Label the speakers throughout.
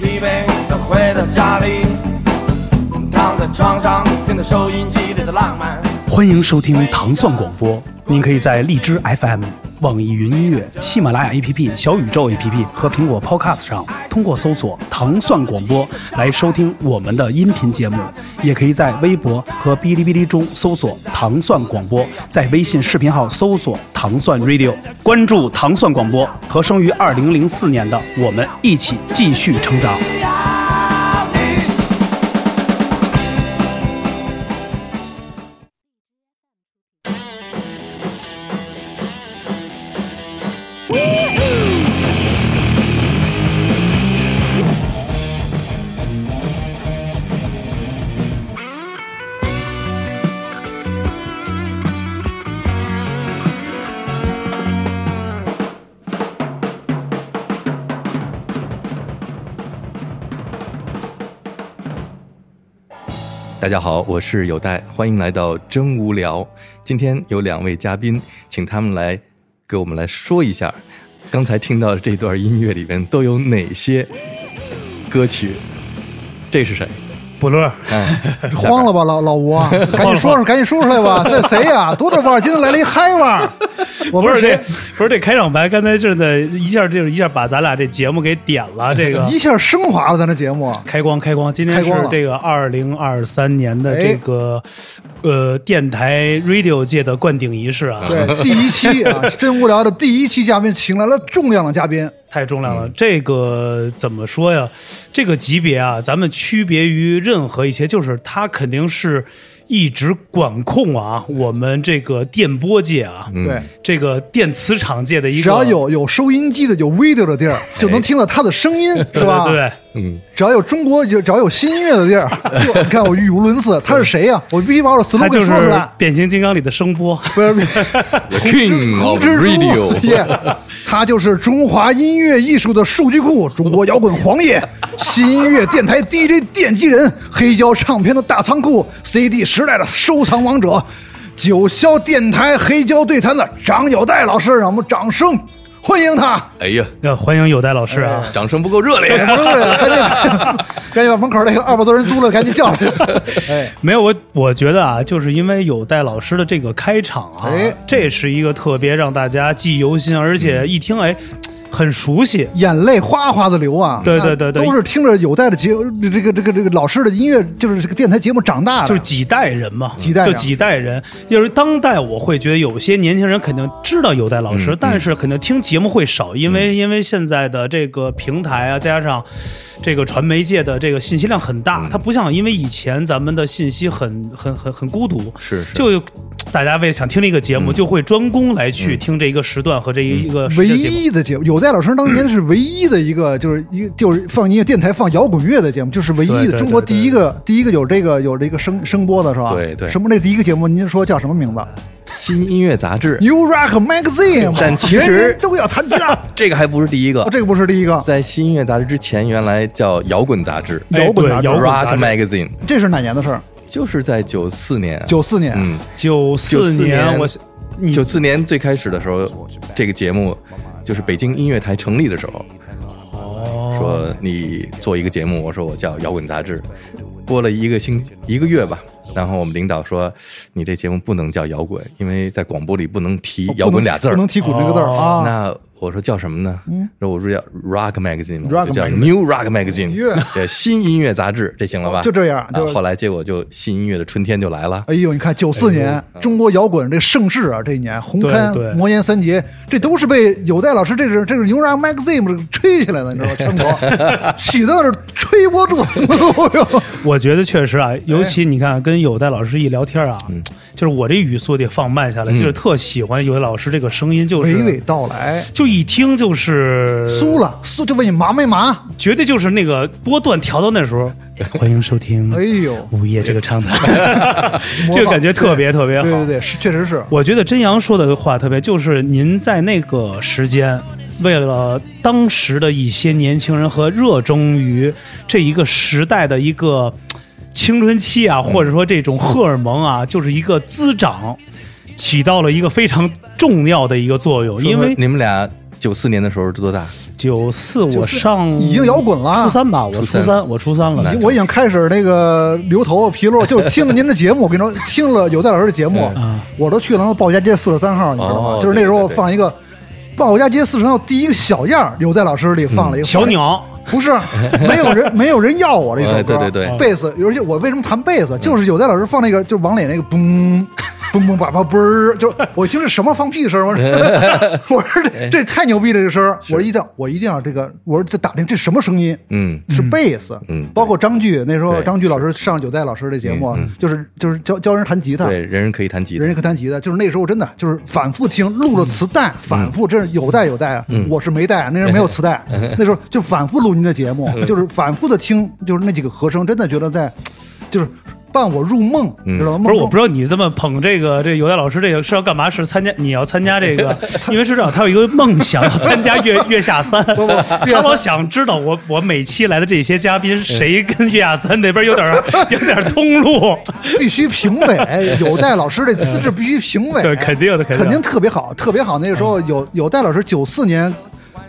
Speaker 1: 疲惫的回到家里，躺在床上听着收音机里的浪漫。
Speaker 2: 欢迎收听糖蒜广播，您可以在荔枝 FM、网易云音乐、喜马拉雅 APP、小宇宙 APP 和苹果 Podcast 上通过搜索“糖蒜广播”来收听我们的音频节目，也可以在微博和哔哩哔哩中搜索“糖蒜广播”，在微信视频号搜索“糖蒜 Radio”，关注“糖蒜广播”，和生于二零零四年的我们一起继续成长。
Speaker 3: 大家好，我是有代，欢迎来到真无聊。今天有两位嘉宾，请他们来给我们来说一下，刚才听到这段音乐里边都有哪些歌曲？这是谁？
Speaker 4: 不乐，
Speaker 3: 哎，
Speaker 5: 慌了吧，老老吴啊， 赶紧说说，赶紧说出来吧。这谁呀？多大腕儿？今天来了一嗨腕 儿，我
Speaker 4: 不
Speaker 5: 们
Speaker 4: 是这
Speaker 5: 谁？，
Speaker 4: 不是这开场白，刚才真的，一下就是一下把咱俩这节目给点了。这 个
Speaker 5: 一下升华了，咱这节目啊
Speaker 4: 开光，开光，今天
Speaker 5: 开
Speaker 4: 是
Speaker 5: 光了哎
Speaker 4: 这个二零二三年的这个、呃电台 radio 界的灌顶仪式啊，
Speaker 5: 对第一期啊，真无聊的第一期嘉宾，请来了重量的嘉宾，
Speaker 4: 太重量了。
Speaker 5: 嗯
Speaker 4: 这个怎么说呀？这个级别啊，咱们区别于任何一些，就是它肯定是一直管控啊，我们这个电波界啊，
Speaker 3: 嗯
Speaker 5: 对，
Speaker 4: 这个电磁场界的一个，
Speaker 5: 只要有有收音机的、有 video 的地儿，就能听到他的 声音，
Speaker 4: 对
Speaker 5: 是吧？
Speaker 4: 对对
Speaker 3: 嗯，
Speaker 5: 只要有中国，就只要有新音乐的地儿， 就你看我语无伦次。他是谁呀？我必须把我的思路
Speaker 4: 它
Speaker 5: 给
Speaker 4: 就
Speaker 5: 说
Speaker 4: 是
Speaker 5: 出来。
Speaker 4: 变形金刚里的声波。
Speaker 5: 不是不是
Speaker 3: The
Speaker 4: 嗯
Speaker 3: King
Speaker 5: 红
Speaker 3: of
Speaker 5: 蜘蛛
Speaker 3: Radio，
Speaker 5: 耶，他就是中华音乐艺术的数据库，中国摇滚 黄页，新音乐电台 DJ 奠基人，黑胶唱片的大仓库，CD 时代的收藏王者，九霄电台黑胶对谈的张友代老师，让我们掌声欢迎 他！
Speaker 3: 哎呀，
Speaker 4: 要呃欢迎有代老师啊！
Speaker 3: 掌声不够热烈
Speaker 5: 哎，不是不是赶紧赶紧把门口那个二百多人租了，赶 紧叫来！哎，
Speaker 4: 没有我，我觉得啊，就是因为有戴老师的这个开场啊，
Speaker 5: 哎
Speaker 4: 这是一个特别让大家记忆犹新，而且一听哎，很熟悉。
Speaker 5: 眼泪哗哗的流啊！
Speaker 4: 对对对对
Speaker 5: 都是听着有代的节这个这个这个老师的音乐，就是这个电台节目长大的，
Speaker 4: 就是几代人嘛，
Speaker 5: 啊几代
Speaker 4: 就
Speaker 5: 人
Speaker 4: 几代人。就是当代，我会觉得有些年轻人肯定知道有代老师，
Speaker 3: 嗯
Speaker 4: 但是肯定听节目会少，因为、因为现在的这个平台啊，加上这个传媒界的这个信息量很大，它不像因为以前咱们的信息很很很很孤独，
Speaker 3: 是是
Speaker 4: 就大家为了想听这个节目，就会专攻来去听这一个时段和这一个时
Speaker 5: 唯
Speaker 4: 间节目
Speaker 5: 一的节目，有代老师当年是唯一的一个，就是一个就是放音乐电台放摇滚乐的节目，就是唯
Speaker 4: 对
Speaker 5: 一
Speaker 4: 对
Speaker 5: 的中国
Speaker 4: 对对
Speaker 5: 第一个第一个有这个有这个声声波的是吧？
Speaker 3: 对对
Speaker 5: 什么那第一个节目您说叫什么名字
Speaker 3: 新音乐杂志，
Speaker 5: ？New Rock Magazine，
Speaker 3: 但其实
Speaker 5: 人人都要弹吉他，哦
Speaker 3: 这个还不是第一个，
Speaker 5: 这个不是第一 个，
Speaker 3: 在新音乐杂志之前，原来叫摇滚杂志
Speaker 4: 哎
Speaker 5: 摇滚
Speaker 4: 对
Speaker 5: 杂志
Speaker 4: 摇滚杂
Speaker 3: （Rock
Speaker 4: 志
Speaker 3: Magazine），
Speaker 5: 这是哪年的事儿？
Speaker 3: 就是在九四年，
Speaker 5: 九四年，
Speaker 3: 嗯，
Speaker 4: 九四
Speaker 3: 94年
Speaker 4: 我你
Speaker 3: 九四年最开始的时候，这个节目就是北京音乐台成立的时候，
Speaker 5: 哦
Speaker 3: 说你做一个节目，我说我叫摇滚杂志，播了一个星一个月吧。然后我们领导说，你这节目不能叫摇滚，因为在广播里不能提
Speaker 5: 哦
Speaker 3: 摇滚俩字
Speaker 5: 不
Speaker 3: 儿哦
Speaker 5: 能不能。提鼓这个字儿啊。嗯
Speaker 3: 那我说叫什么呢？说我说叫 Rock Magazine，嘛
Speaker 5: Rock
Speaker 3: 就叫
Speaker 5: Magazine
Speaker 3: New Rock Magazine，
Speaker 5: Yeah 哦
Speaker 3: 对，新音乐杂志，这行了吧？
Speaker 5: 就这样
Speaker 3: 啊
Speaker 5: 就
Speaker 3: 后来结果就新音乐的春天就来了。
Speaker 5: 哎呦，你看九四年中国摇滚这盛世啊，这一年红刊
Speaker 4: 啊对对、
Speaker 5: 魔岩三杰，这都是被有代老师这是这是牛郎 Magazine 吹起来的，你知道
Speaker 4: 哎
Speaker 5: 吗？全国起到这吹哎波助澜的作用。
Speaker 4: 我觉得确实啊，
Speaker 5: 哎
Speaker 4: 尤其你看跟有代老师一聊天啊，
Speaker 5: 嗯
Speaker 4: 就是我这语速得放慢下来，就是特喜欢有代老师这个声音，就
Speaker 5: 娓娓
Speaker 4: 是呃
Speaker 5: 道来，
Speaker 4: 就一听就是
Speaker 5: 酥了，酥就问你麻没麻？
Speaker 4: 绝对就是那个波段调到那时 候。欢迎收听，
Speaker 5: 哎呦
Speaker 4: 午夜这个唱 的，
Speaker 5: 模仿
Speaker 4: 这个感觉特别特别
Speaker 5: 对
Speaker 4: 好。
Speaker 5: 对对，是确实是。
Speaker 4: 我觉得真阳说的话特别，就是您在那个时间，为了当时的一些年轻人和热衷于这一个时代的一个嘖青春期啊，或者说这种荷尔蒙啊，就是一个滋长，起到了一个非常重要的一个作用。因
Speaker 3: 说说
Speaker 4: 为
Speaker 3: 你们俩九四年的时候多大？
Speaker 4: 九四我
Speaker 5: 94
Speaker 4: 上
Speaker 5: 已经摇滚了
Speaker 4: 初三吧，我初
Speaker 3: 三
Speaker 4: 三，我初三了
Speaker 3: 那，
Speaker 5: 我已经开始那个留头发、皮落，就听了您的节目。我跟你 说，听了有戴老师的节目，
Speaker 4: 啊
Speaker 5: 我都去了鲍家街四十三号，你知道吗
Speaker 3: 哦？
Speaker 5: 就是那时
Speaker 3: 对
Speaker 5: 候
Speaker 3: 对对
Speaker 5: 放一个鲍家街四十三号第一个小样儿，有戴老师里放了一
Speaker 4: 嗯
Speaker 5: 个
Speaker 4: 小，鸟，
Speaker 5: 不是没有人没有人要我这首歌，
Speaker 3: 哎对对对
Speaker 5: 贝斯，而且我为什么弹贝斯，就是有戴老师放那个，就是往里那个嘣。嘣嘣叭叭嘣儿，就是我听这什么放屁声儿？我说， 我说
Speaker 3: 哎
Speaker 5: 这这太牛逼了，这声儿！我说一定要，我一定要这个，我说这打听这什么声音？
Speaker 3: 嗯，
Speaker 5: 是贝斯，
Speaker 3: 嗯
Speaker 5: 包括张炬那时候
Speaker 3: 对嗯
Speaker 5: 张炬老师上九代老师的节目，就是就是教教人弹吉他，
Speaker 3: 对，人人可以弹吉他
Speaker 5: 啊人家，可弹吉他，就是那时候真的就是反复听，录了磁
Speaker 4: 嗯
Speaker 5: 带，反复真是有带有带啊，我是没带啊，那时候没有磁带，
Speaker 4: 嗯
Speaker 5: 那时候就反复录您的节目，就是反复的听，就是那几个和声，真的觉得在，就是伴我入梦，知道吗？
Speaker 4: 嗯不是，我不
Speaker 5: 知
Speaker 4: 知道你这么捧这个 这尤代老师这个是要干嘛？是参加你要参加这 个？因为是这样，他有一个梦想，要参加月月下三。
Speaker 5: 不不月
Speaker 4: 他
Speaker 5: 下
Speaker 4: 老
Speaker 5: 三
Speaker 4: 想知道我我每期来的这些嘉宾谁跟月下三那边有点 儿有点儿通路。
Speaker 5: 必须评 委，有戴老师这资质必须评委，
Speaker 4: 对肯定的肯定嗯的
Speaker 5: 特别好，特别好。那个时候有有戴老师九四年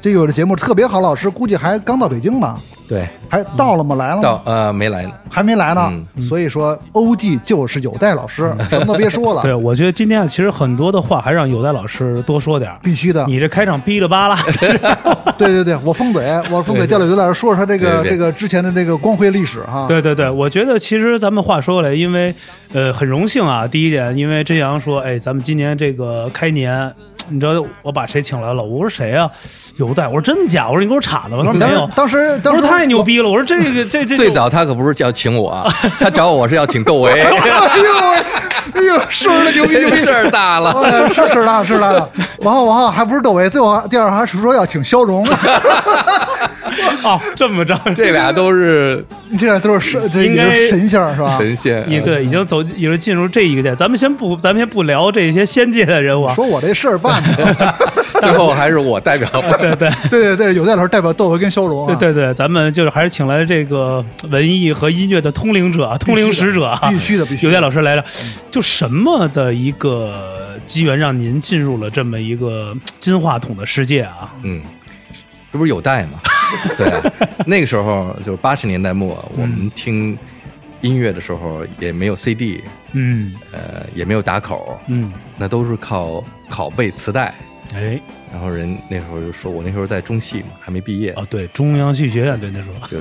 Speaker 5: 就有这节目特别好，老师估计还刚到北京吧，
Speaker 3: 对，
Speaker 5: 还到了吗？来了吗？
Speaker 3: 到呃没来呢，
Speaker 5: 还没来呢。
Speaker 4: 嗯
Speaker 5: 所以说，OG 就是有戴 老师，什么都别说了，
Speaker 4: 对，我觉得今天啊，其实很多的话还让有代老师多说点儿。
Speaker 5: 必须的。
Speaker 4: 你这开场哔哩吧啦，
Speaker 5: 对对对，我封嘴，我封嘴叫了有戴老师说说他这个
Speaker 3: 对对
Speaker 5: 这个之前的这个光辉历史哈。
Speaker 4: 对对对，我觉得其实咱们话说回来，因为呃很荣幸啊，第一点，因为真阳说，哎，咱们今年这个开年。你知道我把谁请来了？我说谁啊？有代，我说真假？我说你给我岔的吧。他说
Speaker 5: 你
Speaker 4: 没有，
Speaker 5: 嗯当时当
Speaker 4: 我说
Speaker 5: 时当时
Speaker 4: 太牛逼了。我说这个这这
Speaker 3: 最早他可不是要请我，啊他找我是要请窦唯，
Speaker 5: 哎呦喂，哎呦，说的 牛逼牛逼！
Speaker 3: 事儿大了。
Speaker 5: 哎呀是是大是大，王浩王浩还不是窦唯，最后还第二还是说要请肖荣，
Speaker 4: 哦，这么着，
Speaker 3: 这俩都是
Speaker 5: 这都是神，这
Speaker 4: 应该
Speaker 5: 也是神仙儿是吧？
Speaker 3: 神仙，啊
Speaker 4: 你对已经走已经进入这一个点。咱们先不，咱们先不聊这些仙界的人物啊。
Speaker 5: 说我这事儿办 的，
Speaker 3: 最后还是我代表。
Speaker 4: 对对
Speaker 5: 对对对，有戴老师代表窦唯跟肖荣、啊
Speaker 4: 对，对对，咱们就是还是请来了这个文艺和音乐的通灵者、啊，通灵使者啊，
Speaker 5: 必须的必嗯须的
Speaker 4: 有戴老师来了，就什么的一个机缘让您进入了这么一个金话筒的世界啊？
Speaker 3: 嗯，这不是有带吗？对啊，那个时候就是八十年代末，我们听音乐的时候也没有 CD，
Speaker 4: 嗯
Speaker 3: 呃，也没有打口，
Speaker 4: 嗯，
Speaker 3: 那都是靠拷贝磁带。
Speaker 4: 哎
Speaker 3: 然后人那时候就说，我那时候在中戏嘛，还没毕业，
Speaker 4: 哦对，中央戏剧学院对那时候
Speaker 3: 就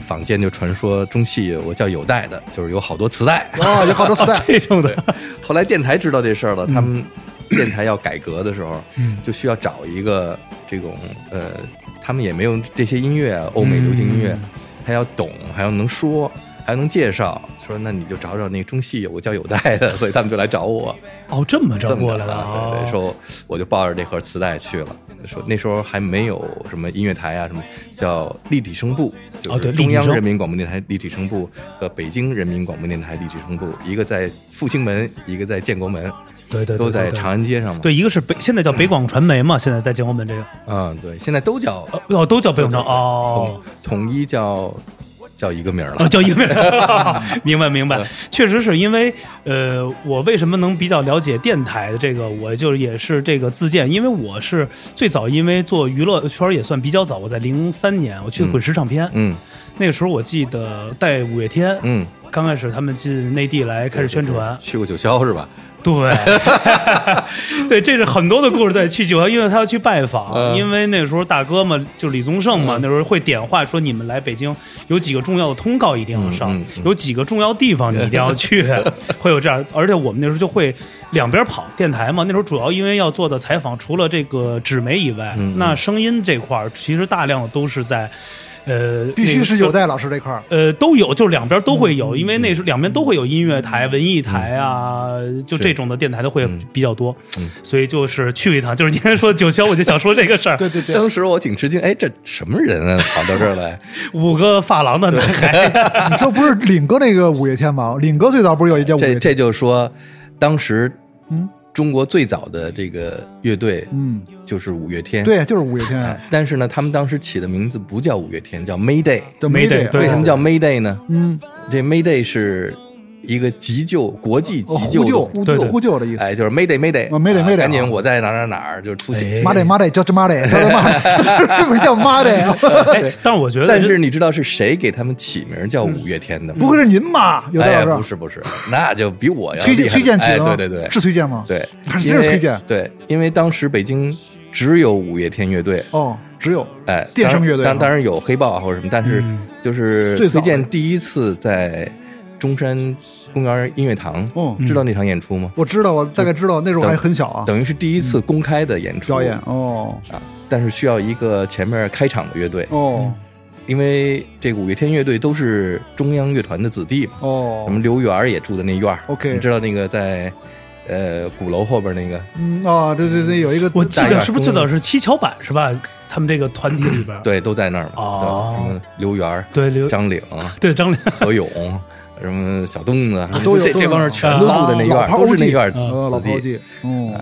Speaker 3: 坊间就传说中戏我叫有带的，就是有好多磁带。
Speaker 5: 啊、有好多磁带，
Speaker 4: 这种的，
Speaker 3: 后来电台知道这事儿了，他们电台要改革的时候，就需要找一个这种呃，他们也没有这些音乐啊，欧美流行音乐，还要懂，还要能说，还要能介绍。说那你就找找那中戏有个叫有代的，所以他们就来找我，
Speaker 4: 哦这么着
Speaker 3: 这么
Speaker 4: 过
Speaker 3: 着
Speaker 4: 来了
Speaker 3: 啊对对，
Speaker 4: 啊，
Speaker 3: 说我就抱着这盒磁带去了。说那时候还没有什么音乐台啊，什么叫立体声部，就
Speaker 4: 哦对
Speaker 3: 是中
Speaker 4: 立体
Speaker 3: 央
Speaker 4: 声
Speaker 3: 人民广播电台立体声部和北京人民广播电台立体声部，一个在复兴门，一个在建国门。
Speaker 4: 对对对
Speaker 3: 都在
Speaker 4: 对对
Speaker 3: 长安街上嘛。
Speaker 4: 对，一个是北，现在叫北广传媒嘛，现在在建国门这个，
Speaker 3: 嗯，对，现在都叫
Speaker 4: 哦哦，都叫北广传
Speaker 3: 统
Speaker 4: 哦，
Speaker 3: 统一叫叫一个名儿
Speaker 4: 哦，
Speaker 3: 了。
Speaker 4: 叫英 文，明白
Speaker 3: 嗯
Speaker 4: 明白，确实是因为呃，我为什么能比较了解电台的这个，我就是也是这个自荐，因为我是最早因为做娱乐圈也算比较早，我在零三年我去滚石唱片，
Speaker 3: 嗯
Speaker 4: 那个时候我记得带五月天，
Speaker 3: 嗯，
Speaker 4: 刚开始他们进内地来开始宣传，
Speaker 3: 去过九霄是吧？
Speaker 4: 对， 对，这是很多的故事。对，去九霄，因为他要去拜访，
Speaker 3: 嗯
Speaker 4: 因为那时候大哥嘛，就李宗盛嘛，那时候会点话说你们来北京有几个重要的通告一定要上，
Speaker 3: 嗯嗯嗯
Speaker 4: 有几个重要地方你一定要 去，会有这样。而且我们那时候就会两边跑电台嘛，那时候主要因为要做的采访，除了这个纸媒以外，
Speaker 3: 嗯
Speaker 4: 那声音这块儿其实大量的都是在。呃，
Speaker 5: 必须
Speaker 4: 那个
Speaker 5: 是有戴老师这块儿。
Speaker 4: 呃，都有，就两边都会有，
Speaker 5: 嗯
Speaker 4: 因为那时候两边都会有音乐台、文艺台啊，
Speaker 5: 嗯
Speaker 4: 就这种的电台都会比较多，所以就是去一趟。就是您刚才说九霄，我就想说这个事儿，
Speaker 5: 对对对，
Speaker 3: 当时我挺吃惊，哎，这什么人啊，跑到这儿来？
Speaker 4: 五个发廊的男孩，
Speaker 5: 你说不是领哥那个五月天吗？领哥最早不是有一件五
Speaker 3: 这
Speaker 5: 月天？
Speaker 3: 这就说，当时中国最早的这个乐队，
Speaker 5: 嗯，
Speaker 3: 就是五月天。
Speaker 5: 对，就是五月天
Speaker 3: 哎。，但是呢，他们当时起的名字不叫五月天，叫 Mayday。
Speaker 5: 叫
Speaker 4: Mayday，
Speaker 5: Mayday，
Speaker 4: 对
Speaker 3: 为什么叫
Speaker 5: 哦
Speaker 3: Mayday 呢？
Speaker 5: 嗯
Speaker 3: 这 Mayday 是一个急救国际急
Speaker 5: 哦呼
Speaker 3: 救的
Speaker 5: 救呼
Speaker 4: 对
Speaker 5: 救
Speaker 4: 对
Speaker 5: 呼救的意思。
Speaker 3: 哎，就是 Mayday Mayday，
Speaker 5: 啊，Mayday，
Speaker 3: 啊
Speaker 5: Mayday，
Speaker 3: 赶紧
Speaker 5: 啊
Speaker 3: 我在哪儿哪儿哪儿就出现。
Speaker 5: 妈的妈的，叫这妈的，叫这妈 的，是不是叫啊妈的呀？
Speaker 4: 哎，但是我觉得，
Speaker 3: 但是你知道是谁给他们起名叫五月天的吗？
Speaker 5: 不会是您吧？有
Speaker 3: 哎
Speaker 5: 戴
Speaker 3: 呀，
Speaker 5: 老
Speaker 3: 不
Speaker 5: 师，
Speaker 3: 是不是，那就比我要
Speaker 5: 崔
Speaker 3: 厉害
Speaker 5: 健崔健起
Speaker 3: 哎，
Speaker 5: 的吗？
Speaker 3: 对对对，
Speaker 5: 是崔健吗？
Speaker 3: 对，
Speaker 5: 还是
Speaker 3: 因
Speaker 5: 真是
Speaker 3: 为
Speaker 5: 崔健
Speaker 3: 对，因为当时北京只有五月天乐队，
Speaker 5: 哦，只有
Speaker 3: 哎，
Speaker 5: 电
Speaker 3: 当
Speaker 5: 声乐队吗，嗯
Speaker 3: 当当然有黑豹啊或者什么，但是就是
Speaker 5: 最早
Speaker 3: 崔
Speaker 5: 的
Speaker 3: 健第一次在中山公园音乐堂，
Speaker 5: 嗯
Speaker 3: 知道那场演出吗？
Speaker 5: 我知道，我大概知道，那时候我还很小啊，
Speaker 3: 等于是第一次公开的演出
Speaker 5: 表演哦
Speaker 3: 啊，但是需要一个前面开场的乐队，
Speaker 5: 哦
Speaker 3: 因为这个五月天乐队都是中央乐团的子弟嘛，我
Speaker 5: 哦
Speaker 3: 们，刘源儿也住的那院儿
Speaker 5: OK
Speaker 3: 你知道那个在呃鼓楼后边那个，
Speaker 5: 嗯啊，对对对，有一个
Speaker 4: 我记
Speaker 3: 大院
Speaker 4: 得
Speaker 3: 儿
Speaker 4: 是不是
Speaker 3: 公
Speaker 4: 最早是七巧板是吧？他们这个团体里
Speaker 5: 嗯
Speaker 4: 边，
Speaker 3: 对，都在那儿嘛，
Speaker 4: 哦
Speaker 3: 对什么刘源儿、
Speaker 4: 对刘
Speaker 3: 张岭、
Speaker 4: 对张良，
Speaker 3: 何勇。什么小东子，什么
Speaker 5: 啊都有
Speaker 3: 这
Speaker 5: 都有
Speaker 3: 这帮人全都住在那院
Speaker 5: 老
Speaker 3: 儿，
Speaker 5: 炮
Speaker 3: 都是那
Speaker 5: OG
Speaker 3: 院儿子
Speaker 5: 呃老
Speaker 3: 子
Speaker 5: 炮
Speaker 3: 弟。
Speaker 5: 记，嗯，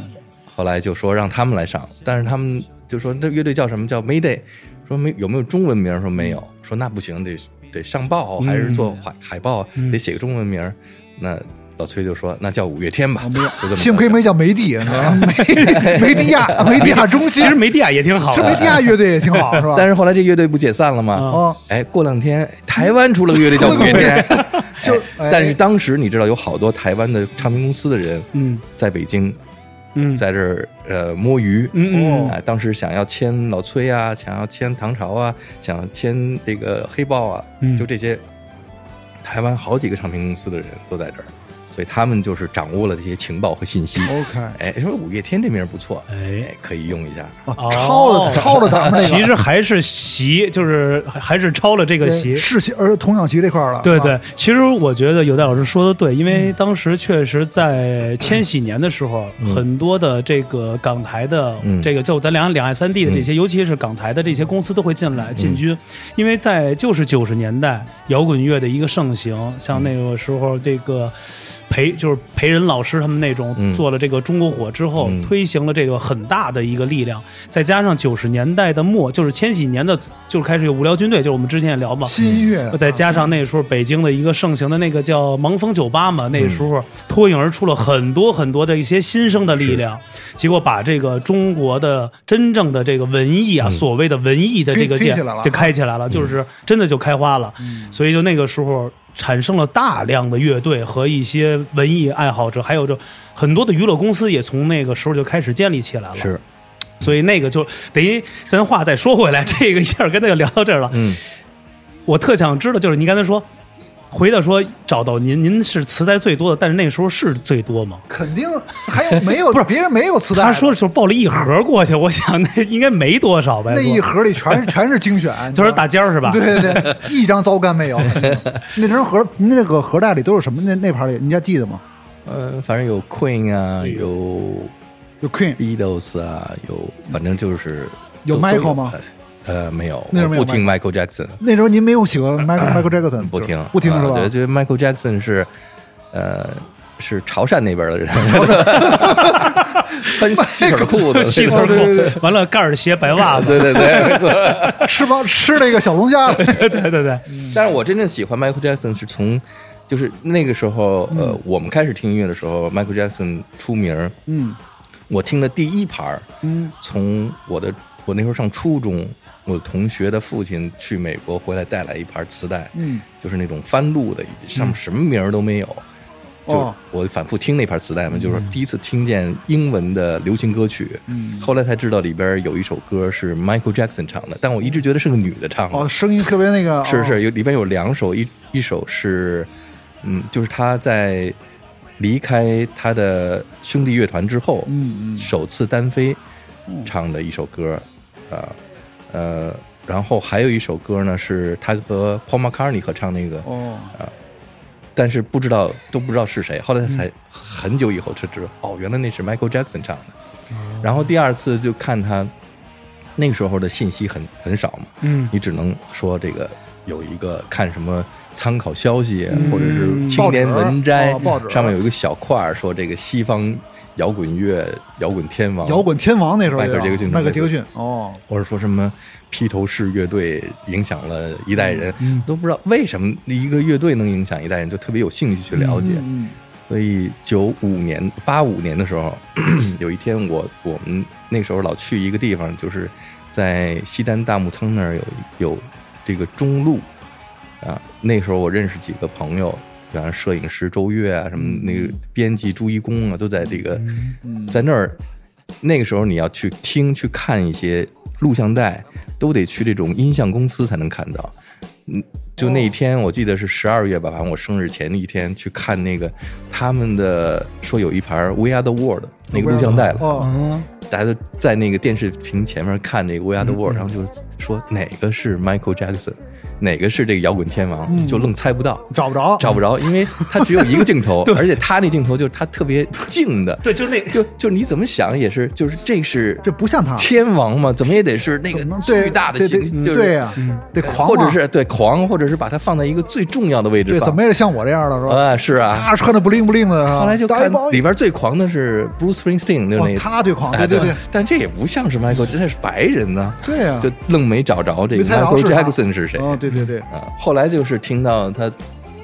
Speaker 3: 后来就说让他们来上，但是他们就说这乐队叫什么叫 Mayday，说没有没有中文名，说没有，说那不行，得得上报
Speaker 5: 嗯
Speaker 3: 还是做海海报，得写个中文名。那老崔就说那叫五月天吧，就这么
Speaker 5: 幸亏啊没叫梅蒂，你知道吗 梅梅蒂亚梅蒂亚中
Speaker 4: 其
Speaker 5: 心
Speaker 4: 实，梅地亚也挺好
Speaker 5: 是梅
Speaker 4: 的，
Speaker 5: 蒂亚乐队也挺好，是 吧？
Speaker 3: 但是后来这乐队不解散了吗？
Speaker 5: 哦，
Speaker 3: 哎，过两天台湾出了个乐队叫五月天，
Speaker 5: 就
Speaker 3: 哎
Speaker 5: 哎
Speaker 3: 但是当时你知道有好多台湾的唱片公司的人，嗯，在北京，
Speaker 4: 嗯
Speaker 3: 在这儿呃摸鱼，
Speaker 5: 哦
Speaker 4: 嗯嗯
Speaker 3: 啊，当时想要签老崔啊，想要签唐朝啊，想要签这个黑豹啊，
Speaker 4: 嗯
Speaker 3: 就这些台湾好几个唱片公司的人都在这儿，所以他们就是掌握了这些情报和信息。
Speaker 5: OK
Speaker 3: 哎，说五月天这名儿不错，
Speaker 4: 哎，
Speaker 3: 哎，可以用一下。
Speaker 4: 哦
Speaker 5: 抄了抄了咱们那
Speaker 4: 其
Speaker 5: 个
Speaker 4: 实还是习，就是还还是抄了这个习
Speaker 5: 对。是习而童养媳这块儿了，
Speaker 4: 对
Speaker 5: 是吧
Speaker 4: 对，，其实我觉得有戴老师说的对，因为当时确实在千禧年的时候，很多的这个港台的、
Speaker 3: 嗯
Speaker 4: 这个就咱两岸两岸三地的这些，尤其是港台的这些公司都会进来进军，因为在就是九十年代摇滚乐的一个盛行，像那个时候这个。裴就是裴仁老师他们那种
Speaker 3: 嗯
Speaker 4: 做了这个中国火之后，
Speaker 3: 嗯
Speaker 4: 推行了这个很大的一个力量，再加上九十年代的末，就是千禧年的，就是开始有无聊军队，就是我们之前也聊嘛，
Speaker 5: 新音乐
Speaker 4: 再加上那时候北京的一个盛行的那个叫盲风酒吧嘛，那时候脱颖而出了很多很多的一些新生的力量，结果把这个中国的真正的这个文艺啊，所谓的文艺的这个
Speaker 5: 推推
Speaker 4: 界
Speaker 5: 嗯起来了嗯
Speaker 4: 就开起来了，就是真的就开花了，所以就那个时候。产生了大量的乐队和一些文艺爱好者，还有这很多的娱乐公司也从那个时候就开始建立起来了。
Speaker 3: 是，
Speaker 4: 所以那个就等于咱话再说回来， 这个一下跟那个聊到这儿了。
Speaker 3: 嗯，
Speaker 4: 我特想知道，就是你刚才说，回到说找到您，您是磁带最多的，但是那时候是最多吗？
Speaker 5: 肯定还有没 有
Speaker 4: 不是
Speaker 5: 别人没有磁带的，
Speaker 4: 他说的时候抱了一盒过去，我想那应该没多少呗。
Speaker 5: 那一
Speaker 4: 是吧
Speaker 5: 盒里 全是全是精选，你
Speaker 4: 就
Speaker 5: 知道
Speaker 4: 是
Speaker 5: 吗
Speaker 4: 打尖儿是吧？
Speaker 5: 对对对，一张糟干没有。那张盒那个盒袋里都是什么？那那盘里你家记得吗？
Speaker 3: 呃，反正有 Queen
Speaker 5: 哎
Speaker 3: 啊，有
Speaker 5: 有 Queen，
Speaker 3: Beatles 啊，有，反正就是
Speaker 5: 有
Speaker 3: 都
Speaker 5: Michael
Speaker 3: 都有
Speaker 5: 吗
Speaker 3: 呃，没有，
Speaker 5: 那时
Speaker 3: 我
Speaker 5: 候没有
Speaker 3: 不听 Michael Jackson，
Speaker 5: 那时候您没有 喜欢 Michael Michael Jackson，
Speaker 3: 不
Speaker 5: 就是
Speaker 3: 听，
Speaker 5: 不听
Speaker 3: 啊
Speaker 5: 是
Speaker 3: 对，
Speaker 5: 吧？
Speaker 3: 觉得 Michael Jackson 是，呃，是潮汕那边的人，穿细腿裤子，
Speaker 4: 西头
Speaker 3: 那种
Speaker 4: 裤，完了盖儿鞋、白袜子，
Speaker 3: 对对对，没错。
Speaker 5: 吃包吃那个小龙 虾，
Speaker 4: 对对对对，
Speaker 3: 但是我真正喜欢 Michael Jackson 是从，就是那个时候，呃，我们开始听音乐的时候，Michael Jackson 出名儿，
Speaker 5: 嗯
Speaker 3: 我听的第一盘儿
Speaker 5: 嗯，
Speaker 3: 从我的我那时候上初中，我同学的父亲去美国回来带来一盘磁带，
Speaker 5: 嗯，
Speaker 3: 就是那种翻录的，上面什么名儿都没有。就
Speaker 5: 哦嗯
Speaker 3: 我反复听那盘磁带嘛，就是第一次听见英文的流行歌曲，
Speaker 5: 嗯
Speaker 3: 后来才知道里边有一首歌是 Michael Jackson 唱的，但我一直觉得是个女的唱的，
Speaker 5: 哦，声音特别那个，
Speaker 3: 是
Speaker 5: 哦
Speaker 3: 是有里边有两首，一一首是，嗯，就是他在离开他的兄弟乐团之后，
Speaker 5: 嗯嗯哦
Speaker 3: 首次单飞唱的一首歌，啊呃然后还有一首歌呢是他和 Paul McCartney 合唱那个，
Speaker 5: 哦，
Speaker 3: 但是不知道都不知道是谁，后
Speaker 5: 嗯
Speaker 3: 来才很久以后才知道，哦，原来那是 Michael Jackson 唱的。
Speaker 5: 哦
Speaker 3: 然后第二次就看他那个时候的信息很很少嘛，
Speaker 4: 嗯
Speaker 3: 你只能说这个有一个看什么参考消息，啊或者是青年文摘，
Speaker 5: 嗯报纸哦报纸
Speaker 3: 上面有一个小块儿说这个西方摇滚乐、摇滚天王、
Speaker 5: 摇滚天王那时候
Speaker 3: 哦迈克尔
Speaker 5: 也有
Speaker 3: 杰克逊
Speaker 5: 迈克尔杰克逊哦，
Speaker 3: 或者说什么披头士乐队影响了一代人，
Speaker 5: 嗯
Speaker 3: 都不知道为什么一个乐队能影响一代人，就特别有兴趣去了解。
Speaker 5: 嗯
Speaker 3: 所以九五年、八五年的时候， 有一天我我们那时候老去一个地方，就是在西单大木仓那儿有有这个中路啊。那时候我认识几个朋友，比方摄影师周越啊，什么那个编辑朱一公啊，都在这个在那儿。那个时候你要去听、去看一些录像带，都得去这种音像公司才能看到。嗯，就那一天，我记得是十二月吧，反正我生日前的一天去看那个他们的，说有一盘《We Are the World》那个录像带了，
Speaker 5: 哦，
Speaker 4: 嗯，
Speaker 3: 大家都在那个电视屏前面看这个《We Are the
Speaker 5: 嗯
Speaker 3: World》，然后就是说哪个是 Michael Jackson，哪个是这个摇滚天
Speaker 5: 嗯
Speaker 3: 王，就愣猜不到。
Speaker 5: 找不着，
Speaker 3: 找不着，因为他只有一个镜头， 而且他那镜头就是他特别静的，
Speaker 4: 对，就是那
Speaker 3: 就就你怎么想也是，就是这是
Speaker 5: 这不像他，
Speaker 3: 天王嘛，怎么也得是那个
Speaker 5: 怎么对
Speaker 3: 巨大的
Speaker 5: 对
Speaker 3: 形，
Speaker 5: 对
Speaker 3: 就是呃
Speaker 5: 对呀，
Speaker 4: 嗯
Speaker 5: 得狂
Speaker 3: 或
Speaker 5: 妄，
Speaker 3: 者是对狂，或者是把它放在一个最重要的位置
Speaker 5: 对，
Speaker 3: 放。
Speaker 5: 怎么也得像我这样的是吧？
Speaker 3: 啊？是啊。
Speaker 5: 他穿的不灵不灵的，啊
Speaker 3: 后来就
Speaker 5: 大
Speaker 3: 看
Speaker 5: 一包
Speaker 3: 里边最狂的是 Bruce Springsteen，就
Speaker 5: 哇
Speaker 3: 那
Speaker 5: 他最狂，
Speaker 3: 哎
Speaker 5: 对啊对对，
Speaker 3: 但这也不像是 Michael，这是白人呢，
Speaker 5: 对呀，
Speaker 3: 就愣没找着这
Speaker 5: 没
Speaker 3: 个
Speaker 5: 猜着
Speaker 3: Michael
Speaker 5: 是他
Speaker 3: Jackson 是谁
Speaker 5: 哦，对对对，
Speaker 3: 啊。后来就是听到他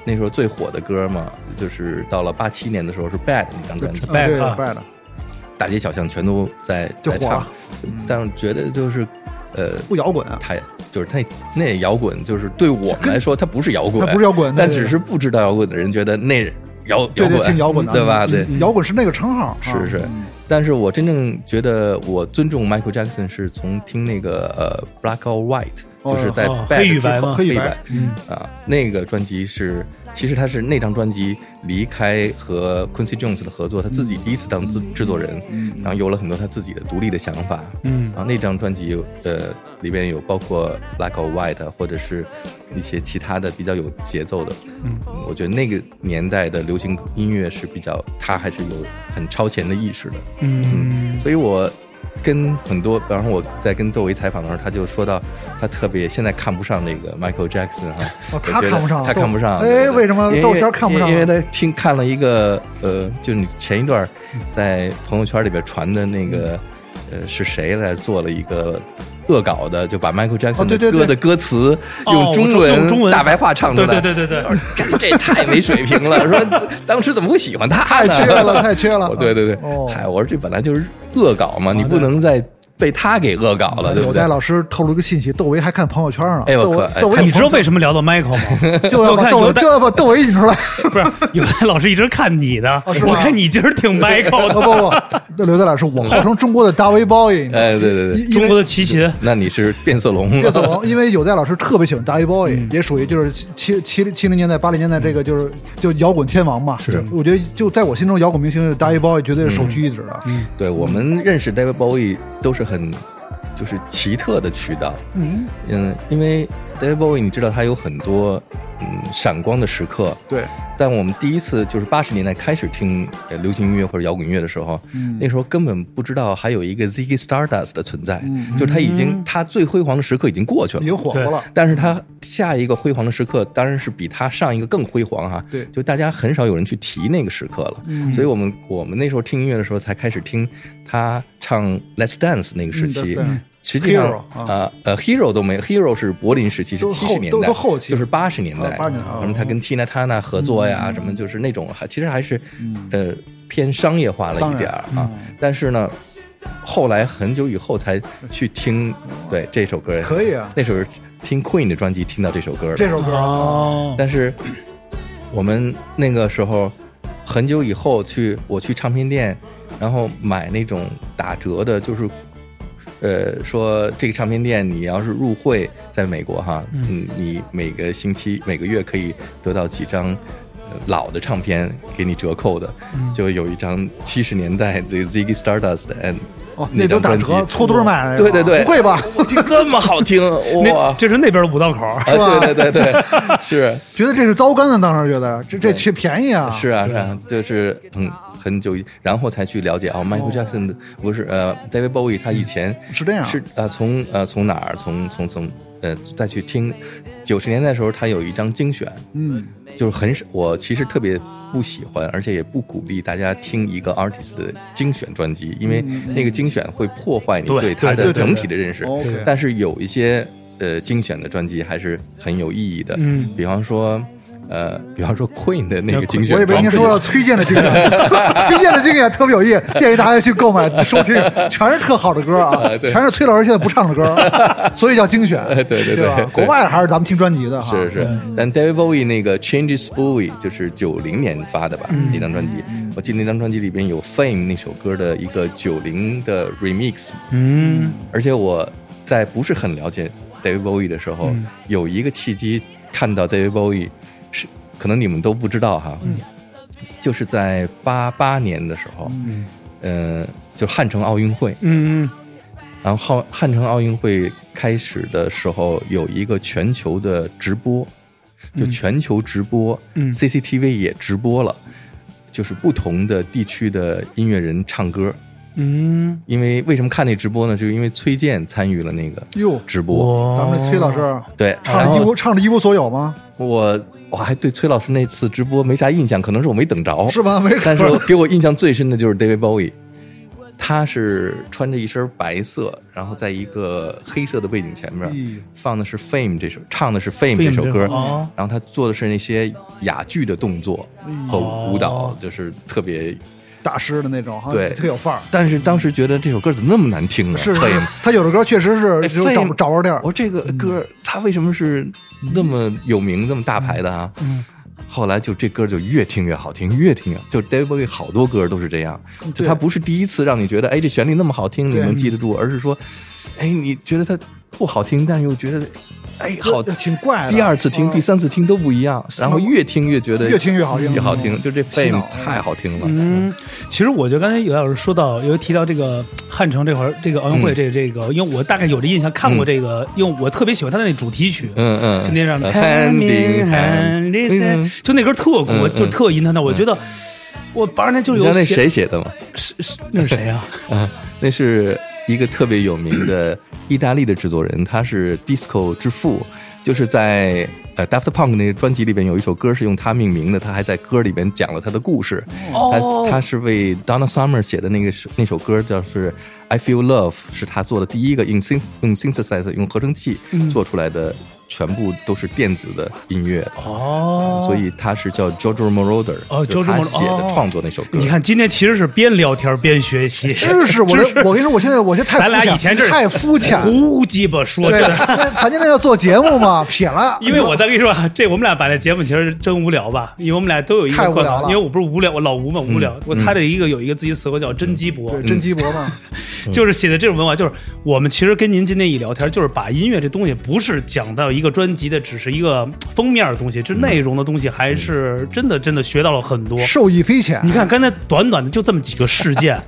Speaker 3: 那时候最火的歌嘛，就是到了八七年的时候是 Bad 那张专辑，
Speaker 5: 嗯对
Speaker 4: Back
Speaker 5: 拜的，
Speaker 3: 大街小巷全都在
Speaker 5: 就
Speaker 3: 在
Speaker 5: 火
Speaker 3: 唱
Speaker 5: 了，嗯
Speaker 3: 但是觉得就是呃
Speaker 5: 不摇滚啊，
Speaker 3: 他就是那那摇滚，就是对我们来说，它不是摇滚，
Speaker 5: 它不是摇滚
Speaker 3: 但
Speaker 5: 对对
Speaker 3: 只是不知道摇滚的人觉得那摇
Speaker 5: 对
Speaker 3: 摇
Speaker 5: 对，
Speaker 3: 滚
Speaker 5: 挺摇滚的，
Speaker 3: 对吧？
Speaker 5: 嗯
Speaker 3: 对，
Speaker 5: 摇滚是那个称号，啊
Speaker 3: 是是。但是我真正觉得我尊重 Michael Jackson 是从听那个呃 Black or White，
Speaker 5: 哦
Speaker 3: 就是在
Speaker 4: 哦
Speaker 3: Bad
Speaker 4: 黑与
Speaker 3: 之
Speaker 4: 白
Speaker 3: 后
Speaker 4: 吗
Speaker 5: 黑
Speaker 3: 黑
Speaker 5: 与白
Speaker 3: 白
Speaker 4: 嗯
Speaker 3: 啊那个专辑是，其实他是那张专辑离开和 Quincy Jones 的合作，他自己第一次当制制作人，然后有了很多他自己的独立的想法。
Speaker 4: 嗯
Speaker 3: 然后那张专辑呃里边有包括 Black or White 啊或者是一些其他的比较有节奏的。嗯，我觉得那个年代的流行音乐是比较，他还是有很超前的意识的。
Speaker 4: 嗯
Speaker 3: 所以我跟很多，然后我在跟窦唯采访的时候，他就说到他特别现在看不上这个 Michael Jackson 哈、
Speaker 5: 哦他
Speaker 3: 我觉得
Speaker 5: 看不上
Speaker 3: 他看不上，
Speaker 5: 窦
Speaker 3: 对对对
Speaker 5: 哎为什么
Speaker 3: 因
Speaker 5: 窦仙看不上
Speaker 3: 因为因为他听看了一个呃，就是你前一段
Speaker 5: 嗯
Speaker 3: 在朋友圈里边传的那个呃是谁来做了一个。恶搞的，就把 Michael
Speaker 5: 哦
Speaker 3: Jackson
Speaker 5: 对
Speaker 3: 的
Speaker 5: 对对
Speaker 3: 歌的歌词
Speaker 4: 哦
Speaker 3: 用中
Speaker 4: 我知道用中文
Speaker 3: 大白话唱出
Speaker 4: 对
Speaker 3: 来，
Speaker 4: 对对对对，
Speaker 3: 干 这太没水平了！说当时怎么会喜欢他
Speaker 5: 太
Speaker 3: 呢？
Speaker 5: 缺了，太缺 了
Speaker 3: 哦，，对对对，
Speaker 5: 哦
Speaker 3: 嗨，我说这本来就是恶搞嘛，你不能再被他给恶搞了，对不
Speaker 5: 哎有
Speaker 3: 对
Speaker 5: 戴？老师透露一个信息，窦唯还看朋友圈呢。
Speaker 3: 哎我
Speaker 5: 窦唯
Speaker 3: 可哎
Speaker 5: 窦唯
Speaker 3: 他
Speaker 4: 你知道
Speaker 5: 朋
Speaker 4: 为什么聊到 Michael 吗？
Speaker 5: 友就要
Speaker 4: 我
Speaker 5: 把
Speaker 4: 看
Speaker 5: 窦唯
Speaker 4: 有
Speaker 5: 就
Speaker 4: 的
Speaker 5: 要把窦唯引出来。
Speaker 4: 不是有的老师一直看你的，
Speaker 5: 哦是吗
Speaker 4: 我看你今儿 挺 Michael
Speaker 5: 哦
Speaker 4: 的，
Speaker 5: 不不，那刘德老师， 我号称中国的大 V boy，你知道吗
Speaker 3: 哎，对对对，
Speaker 5: 因
Speaker 4: 中
Speaker 5: 因
Speaker 4: 国
Speaker 5: 为
Speaker 4: 的齐秦，
Speaker 3: 那你是变色龙
Speaker 5: 岳子
Speaker 3: 了，
Speaker 5: 龙，因为有代老师特别喜欢大 A boy，、也
Speaker 3: 嗯
Speaker 5: 属于就是七七七零年代、八零年代这个就是就摇滚天王嘛。是，我觉得就在我心中，摇滚明星大 A boy 绝对是首屈一指的。
Speaker 3: 对我们认识 David Bowie 都是很就是奇特的渠道，
Speaker 5: 嗯，
Speaker 3: 嗯，因为 David Bowie 你知道他有很多嗯闪光的时刻，
Speaker 5: 对，
Speaker 3: 但我们第一次就是八十年代开始听呃流行音乐或者摇滚乐的时候，
Speaker 5: 嗯
Speaker 3: 那时候根本不知道还有一个 Ziggy Stardust 的存在，
Speaker 5: 嗯
Speaker 3: 就是他已经他最辉煌的时刻已经过去了
Speaker 5: 已，经火过了。
Speaker 3: 但是他下一个辉煌的时刻，当然是比他上一个更辉煌哈、啊
Speaker 5: 对嗯
Speaker 3: 就大家很少有人去提那个时刻了。所以我们我们那时候听音乐的时候，才开始听他唱《Let's Dance》那个时期。
Speaker 5: 嗯，Let's Dance
Speaker 3: 实际上
Speaker 5: Hero，啊
Speaker 3: 呃呃，Hero 都没有，Hero 是柏林时期，是
Speaker 5: 都
Speaker 3: 七
Speaker 5: 后
Speaker 3: 十年
Speaker 5: 都
Speaker 3: 代，
Speaker 5: 都后期
Speaker 3: 就是八十年代
Speaker 5: 啊。80年代啊嗯
Speaker 3: 什么他跟 Tina Turner 合作呀，什么就是那种，还其实还是呃偏商业化了
Speaker 5: 当
Speaker 3: 一
Speaker 5: 然嗯
Speaker 3: 点儿啊。但是呢，后来很久以后才去
Speaker 5: 嗯
Speaker 3: 听，对这首歌
Speaker 5: 可以啊
Speaker 3: 那时候听 Queen 的专辑听到这首歌
Speaker 5: 这
Speaker 3: 的，
Speaker 5: 首歌、
Speaker 4: 哦，
Speaker 3: 但是我们那个时候很久以后去我去唱片店，然后买那种打折的，就是。呃，说这个唱片店，你要是入会，在美国哈，嗯，你每个星期、每个月可以得到几张呃老的唱片给你折扣的，
Speaker 5: 嗯
Speaker 3: 就有一张七十年代这个 Ziggy Stardust and
Speaker 5: 哦，
Speaker 3: 那
Speaker 5: 都
Speaker 3: 张
Speaker 5: 打
Speaker 3: 专辑
Speaker 5: 折，搓堆儿卖的那
Speaker 3: 对
Speaker 5: 个。
Speaker 3: 对对，
Speaker 5: 不会吧？
Speaker 3: 这么好听，
Speaker 4: 那
Speaker 3: 哇！
Speaker 4: 这是那边的五道口，
Speaker 3: 啊，对对对对，是
Speaker 5: 觉得这是糟干的，当时觉得这这
Speaker 3: 对
Speaker 5: 缺便宜啊。
Speaker 3: 是啊是啊，就是很很久以，然后才去了解哦，Michael Jackson 的不是呃，David Bowie 他以前
Speaker 5: 是这样
Speaker 3: 是呃从呃从哪儿从从从呃再去听。九十年代的时候，他有一张精选，
Speaker 5: 嗯，
Speaker 3: 就是很少，我其实特别不喜欢，而且也不鼓励大家听一个 artist 的精选专辑，因
Speaker 4: 嗯
Speaker 3: 为那个精选会破坏你
Speaker 4: 对
Speaker 3: 对他
Speaker 4: 对
Speaker 3: 的
Speaker 4: 对对
Speaker 3: 整体的认识。
Speaker 5: OK
Speaker 3: 但是有一些呃精选的专辑还是很有意义的，
Speaker 4: 嗯
Speaker 3: 比方说呃，比方说 Queen 的那个精选啊
Speaker 5: 我以
Speaker 3: 专辑，
Speaker 5: 为您说要推荐的经验，推荐的经验特别有意义，建议大家去购买收听，全是特好的歌啊，
Speaker 3: 对
Speaker 5: 全是崔老师现在不唱的歌，啊所以叫精选，对
Speaker 3: 对对
Speaker 5: 吧
Speaker 3: 对
Speaker 5: 国外还是咱们听专辑的哈，哎
Speaker 3: 是是，但 David Bowie 那个 Changes Bowie 就是九零年发的吧，那张专辑，我记得那张专辑里边有 Fame 那首歌的一个九零的 remix，
Speaker 4: 嗯，
Speaker 3: 而且我在不是很了解 David Bowie 的时候，有一个契机看到 David Bowie 是可能你们都不知道哈，就是在八八年的时候，嗯、呃，就汉城奥运会，
Speaker 4: 嗯嗯
Speaker 3: 然后汉城奥运会开始的时候，有一个全球的直播，就
Speaker 5: 嗯
Speaker 3: 全球直播、
Speaker 4: 嗯
Speaker 3: c c t v 也直播了，就是不同的地区的音乐人唱歌。
Speaker 4: 嗯，
Speaker 3: 因为为什么看那直播呢？就是因为崔健参与了那个
Speaker 5: 哟，
Speaker 3: 直播。
Speaker 5: 咱们这崔老师
Speaker 3: 对，
Speaker 5: 唱
Speaker 3: 然
Speaker 5: 的一
Speaker 3: 后
Speaker 5: 无唱的一无所有吗？
Speaker 3: 我我还对崔老师那次直播没啥印象，可能是我没等着。
Speaker 5: 是吧？没
Speaker 3: 但
Speaker 5: 看
Speaker 3: 是我给我印象最深的就是 David Bowie，他是穿着一身白色，然后在一个黑色的背景前
Speaker 5: 嗯
Speaker 3: 面放的是 Fame 这首，唱的是 Fame
Speaker 4: 这
Speaker 3: 这首歌
Speaker 4: 首哦，
Speaker 3: 然后他做的是那些哑剧的动作和舞蹈，就是特别。
Speaker 5: 大师的那种，哈，
Speaker 3: 对哎
Speaker 5: 特有范儿。
Speaker 3: 但是当时觉得这首歌怎么那么难听呢？啊
Speaker 5: 是啊
Speaker 3: Fame
Speaker 5: 他有的歌确实
Speaker 3: 哎
Speaker 5: 是就找
Speaker 3: Fame
Speaker 5: 找不着地儿嗯
Speaker 3: 我，说这个歌他为什么是嗯那么有名、那么大牌的啊？
Speaker 5: 嗯
Speaker 3: 后来就这歌就越听越好听，越听越就 David Bowie 好多歌都是这样，就他不是第一次让你觉得哎这旋律那么好听，你
Speaker 5: 对嗯
Speaker 3: 能记得住，而是说哎你觉得它不好听，但又觉得哎好。
Speaker 5: 挺怪的。
Speaker 3: 第二次听、
Speaker 5: 嗯
Speaker 3: 第三次听都不一样，然后越听越觉得
Speaker 5: 越听越好听
Speaker 3: 越好听。就这
Speaker 5: 洗
Speaker 3: Fame
Speaker 5: 脑
Speaker 3: 太好听了，
Speaker 4: 嗯，其实我觉得刚才有老师说到，有提到这个汉城这会儿这个奥运会这这个，因为我大概有这印象看过这个，因为我特别喜欢他的那主题曲，
Speaker 3: 嗯嗯，
Speaker 4: 就那让
Speaker 3: 呃 Handing Hand，嗯
Speaker 4: 就那歌特
Speaker 3: 嗯
Speaker 4: 酷，
Speaker 3: 嗯
Speaker 4: 就特阴他的，我觉得我八十年就
Speaker 3: 你
Speaker 4: 有
Speaker 3: 知道那
Speaker 4: 写
Speaker 3: 谁写的吗？
Speaker 4: 是是那是谁啊？
Speaker 3: 啊，那是一个特别有名的意大利的制作人，他是 disco 之父，就是在呃 Daft Punk 那个专辑里边有一首歌是用他命名的，他还在歌里边讲了他的故事。
Speaker 4: 哦
Speaker 3: 他他是为 Donna Summer 写的那个是那首歌叫是 I Feel Love，是他做的第一个用 syn 用 synthesizer 用合成器
Speaker 4: 嗯
Speaker 3: 做出来的，全部都是电子的音乐。
Speaker 4: 哦，
Speaker 3: 所以他是叫 Giorgio Moroder，
Speaker 4: 哦
Speaker 3: 就是他
Speaker 4: Giorgio Moroder，
Speaker 3: 写的
Speaker 4: 哦
Speaker 3: 创作那首歌。
Speaker 4: 你看今天其实是边聊天边学习，
Speaker 5: 知识，我这我跟你说，我现在我现在太
Speaker 4: 咱俩
Speaker 5: 肤浅
Speaker 4: 以前这是
Speaker 5: 太肤浅了。
Speaker 4: 胡鸡巴说，
Speaker 5: 对
Speaker 4: 真的，是。
Speaker 5: 咱咱今天要做节目嘛，撇了。
Speaker 4: 因为我再跟你说啊， 这我们俩把这节目其实真无聊吧，因为我们俩都有一
Speaker 5: 太
Speaker 4: 个
Speaker 5: 无
Speaker 4: 惯
Speaker 5: 聊
Speaker 4: 法，
Speaker 5: 了
Speaker 4: 因为我不是无嗯聊，我老吴嘛，无聊。我他的一个有一个自己词汇叫“真鸡脖
Speaker 5: 对真鸡脖 嘛，”，
Speaker 4: 嗯就是写的这种文化，就是我们其实跟您今天一聊天，就是把音乐这东西不是讲到一个专辑的，只是一个封面的东西，这内容的东西还是真的真的学到了很多。
Speaker 5: 受益匪浅。
Speaker 4: 你看刚才短短的就这么几个事件，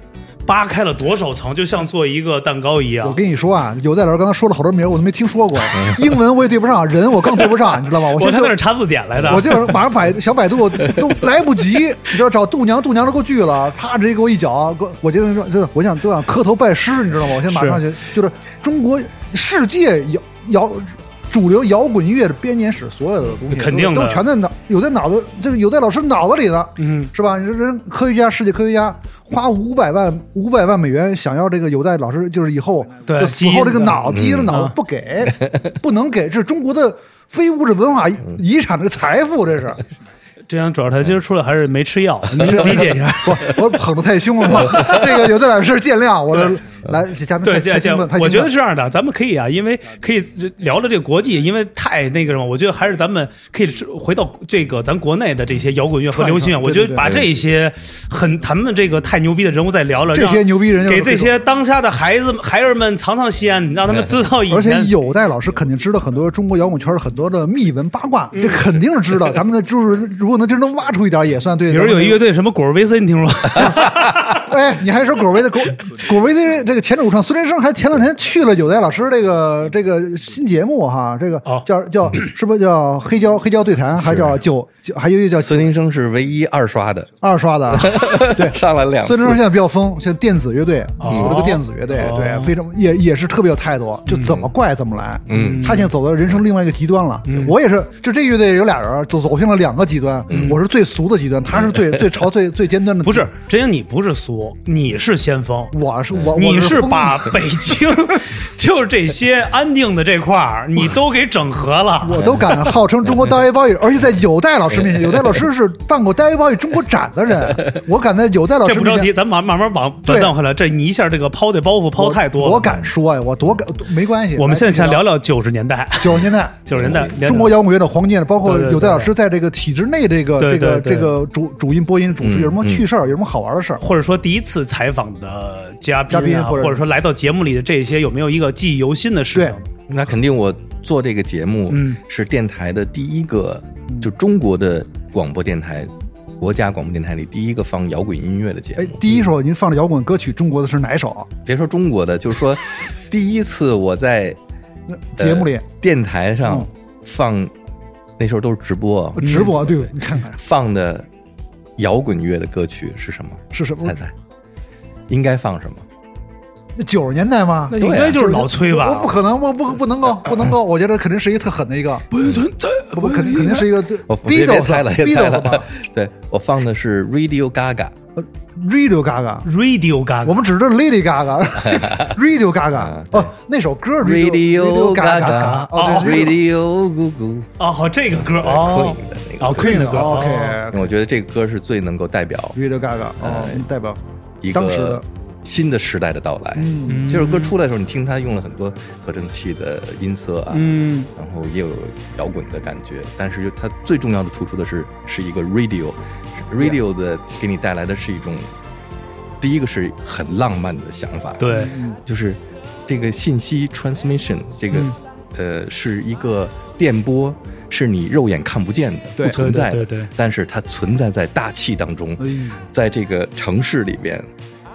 Speaker 4: 扒开了多少层，就像做一个蛋糕一
Speaker 5: 我
Speaker 4: 样。
Speaker 5: 跟你说啊，有戴老师刚才说了好多名儿，我都没听说 过。英文我也对不上，人我更对不上，你知道吗？我
Speaker 4: 我
Speaker 5: 现
Speaker 4: 在
Speaker 5: 在
Speaker 4: 那儿
Speaker 5: 就
Speaker 4: 查字典来的，
Speaker 5: 我就马上百想百度都来不及，你知道找度娘，度娘都给我拒了，啪直接给我一脚，给我我就说，真的，我想都想磕头拜师，你知道吗？我现在马上就就是中国世界摇摇。主流摇滚乐的编年史，所有的东西
Speaker 4: 肯定的
Speaker 5: 都都全在脑，有在脑子，这个有在老师脑子里呢，
Speaker 4: 嗯，
Speaker 5: 是吧？你说人科学家，世界科学家花五百万五百万美元想要这个有待老师，就是以后
Speaker 4: 对
Speaker 5: 就死后这
Speaker 4: 基
Speaker 5: 个
Speaker 4: 因的嗯
Speaker 5: 脑基因的脑子不给，不能给，这是中国的非物质文化遗遗产的财富，这是。
Speaker 4: 这样主要他今儿出来还是没吃药， 您理解一下。
Speaker 5: 我我捧的太凶了， 这个有戴老师见谅，我的来嘉宾
Speaker 4: 对，
Speaker 5: 太
Speaker 4: 这
Speaker 5: 太
Speaker 4: 样这
Speaker 5: 兴
Speaker 4: 样
Speaker 5: 奋，太兴奋，
Speaker 4: 我觉得是这样的，咱们可以啊，因为可以聊聊这个国际，因为太那个什么，我觉得还是咱们可以回到这个咱国内的这些摇滚乐和
Speaker 5: 串一
Speaker 4: 流行乐，
Speaker 5: 串
Speaker 4: 我
Speaker 5: 对
Speaker 4: 觉得
Speaker 5: 对
Speaker 4: 把
Speaker 3: 对
Speaker 4: 这些很咱们这个太牛逼的人物再聊聊，
Speaker 5: 这
Speaker 4: 让
Speaker 5: 些牛逼人要是
Speaker 4: 给这
Speaker 5: 这种
Speaker 4: 些当下的孩子们孩儿们尝尝鲜，让他们知道以
Speaker 5: 而且
Speaker 4: 前
Speaker 5: 有戴老师肯定知道很多中国摇滚圈的很多的秘闻八卦，这肯定是知道。咱们的就是如果能真能挖出一点，也算对。
Speaker 4: 嗯比如有一乐，队什么果儿维森，你听说过？
Speaker 5: 哎，你还说果维的果果维的这个前主唱孙连生还前两天去了有戴老师这个这个新节目哈，这个
Speaker 4: 哦
Speaker 5: 叫叫是不是叫黑胶黑胶对谈，还叫九就还有一个叫
Speaker 3: 孙林生是唯一二 刷的，
Speaker 5: 二刷的啊，对，
Speaker 3: 上来两次
Speaker 5: 孙中山现在比较疯，现在电子乐队组了个电子乐队，对，非常也也是特别有态度，就怎么怪怎么来。嗯，他现在走到人生另外一个极端了。我也是，就这乐队有俩人走走向了两个极端，我是最俗的极端，他是最最朝最最尖端 的。
Speaker 4: 不是，，真英，你不是俗，你是先锋。
Speaker 5: 我是我，
Speaker 4: 你
Speaker 5: 我
Speaker 4: 是
Speaker 5: 疯
Speaker 4: 把北京， 就是这些安定的这块儿，你都给整合了。
Speaker 5: 我都敢号称中国大约包语，而且在有代老师面前，有代老师是办过大约包语中国展的人，我敢在有代老
Speaker 4: 这
Speaker 5: 师
Speaker 4: 不着
Speaker 5: 面
Speaker 4: 急，
Speaker 5: 前。
Speaker 4: 咱慢慢慢往
Speaker 5: 对
Speaker 4: 咱回来。这你一下这个抛的包袱抛太多了。
Speaker 5: 我敢说呀，我多敢，没关系。
Speaker 4: 我们现在
Speaker 5: 来
Speaker 4: 想聊聊九十年代，
Speaker 5: 九十年代，
Speaker 4: 九十年代
Speaker 5: 嗯中国摇滚乐的黄金，包括
Speaker 4: 对对对
Speaker 5: 有戴老师在这个体制内这个
Speaker 4: 对
Speaker 5: 这个
Speaker 4: 对对
Speaker 5: 这个主主音播音主持有什么趣事儿，有什么好玩的事儿？
Speaker 4: 或者说第一次采访的嘉宾啊，
Speaker 5: 嘉宾
Speaker 4: 或
Speaker 5: 或者
Speaker 4: 者说来到节目里的这些，有没有一个记忆犹新的事
Speaker 5: 对
Speaker 4: 情？
Speaker 3: 那肯定我做这个节目
Speaker 4: 嗯
Speaker 3: 是电台的第一个，
Speaker 5: 嗯
Speaker 3: 就中国的广播电台，国家广播电台里第一个放摇滚音乐的节
Speaker 5: 哎
Speaker 3: 目，。
Speaker 5: 第一首您放的摇滚歌曲，中国的是哪首？
Speaker 3: 别说中国的，就是 说第一次我在呃
Speaker 5: 节目里嗯
Speaker 3: 电台上放，那时候都是直播啊，
Speaker 5: 直播，对你看看
Speaker 3: 放的摇滚乐的歌曲是什么？
Speaker 5: 是什么
Speaker 3: 猜？猜，应该放什么？
Speaker 5: 九十年代吗？
Speaker 4: 那应该就是老崔
Speaker 5: 我
Speaker 4: 吧
Speaker 5: 不？可能，我不不能够，不能够，我觉得肯定是一个特狠的一个，不存在，不肯定肯定是一个
Speaker 3: 我我别
Speaker 5: Beatles 啊
Speaker 3: 别猜了，别猜
Speaker 5: Beatles 啊吧
Speaker 3: 了。 对我放的是 Radio Gaga，
Speaker 5: ，Radio Gaga。
Speaker 4: Radio Gaga，
Speaker 5: 我们指的是 Lady Gaga，Radio Gaga 哦，那首歌
Speaker 3: 啊 Radio
Speaker 5: Gaga，
Speaker 3: Gaga，
Speaker 5: 哦对
Speaker 3: Radio Gaga，
Speaker 4: 哦，好，这个歌哦
Speaker 3: Queen 的嗯那个
Speaker 4: 哦，Queen 的歌
Speaker 5: ，OK，
Speaker 4: 哦
Speaker 3: 我觉得这个歌是最能够代表
Speaker 5: Radio Gaga，哦，
Speaker 3: 哎
Speaker 5: 代表
Speaker 3: 一
Speaker 5: 当时的
Speaker 3: 个新的时代的到来。
Speaker 5: 嗯
Speaker 3: 这首歌出来的时候，你听它用了很多合成器的音色啊，
Speaker 4: 嗯，
Speaker 3: 然后也有摇滚的感觉，但是它最重要的突出的是是一个 radio，radio 是 radio 的给你带来的是一种，第一个是很浪漫的想法，，
Speaker 4: 对，
Speaker 3: 就是这个信息 transmission 这个、
Speaker 5: 嗯
Speaker 3: 呃是一个电波，是你肉眼看不见的，
Speaker 5: 对
Speaker 3: 不存在的，
Speaker 4: 对对对对
Speaker 3: 但是它存在在大气当中，
Speaker 5: 哎呦
Speaker 3: 在这个城市里边，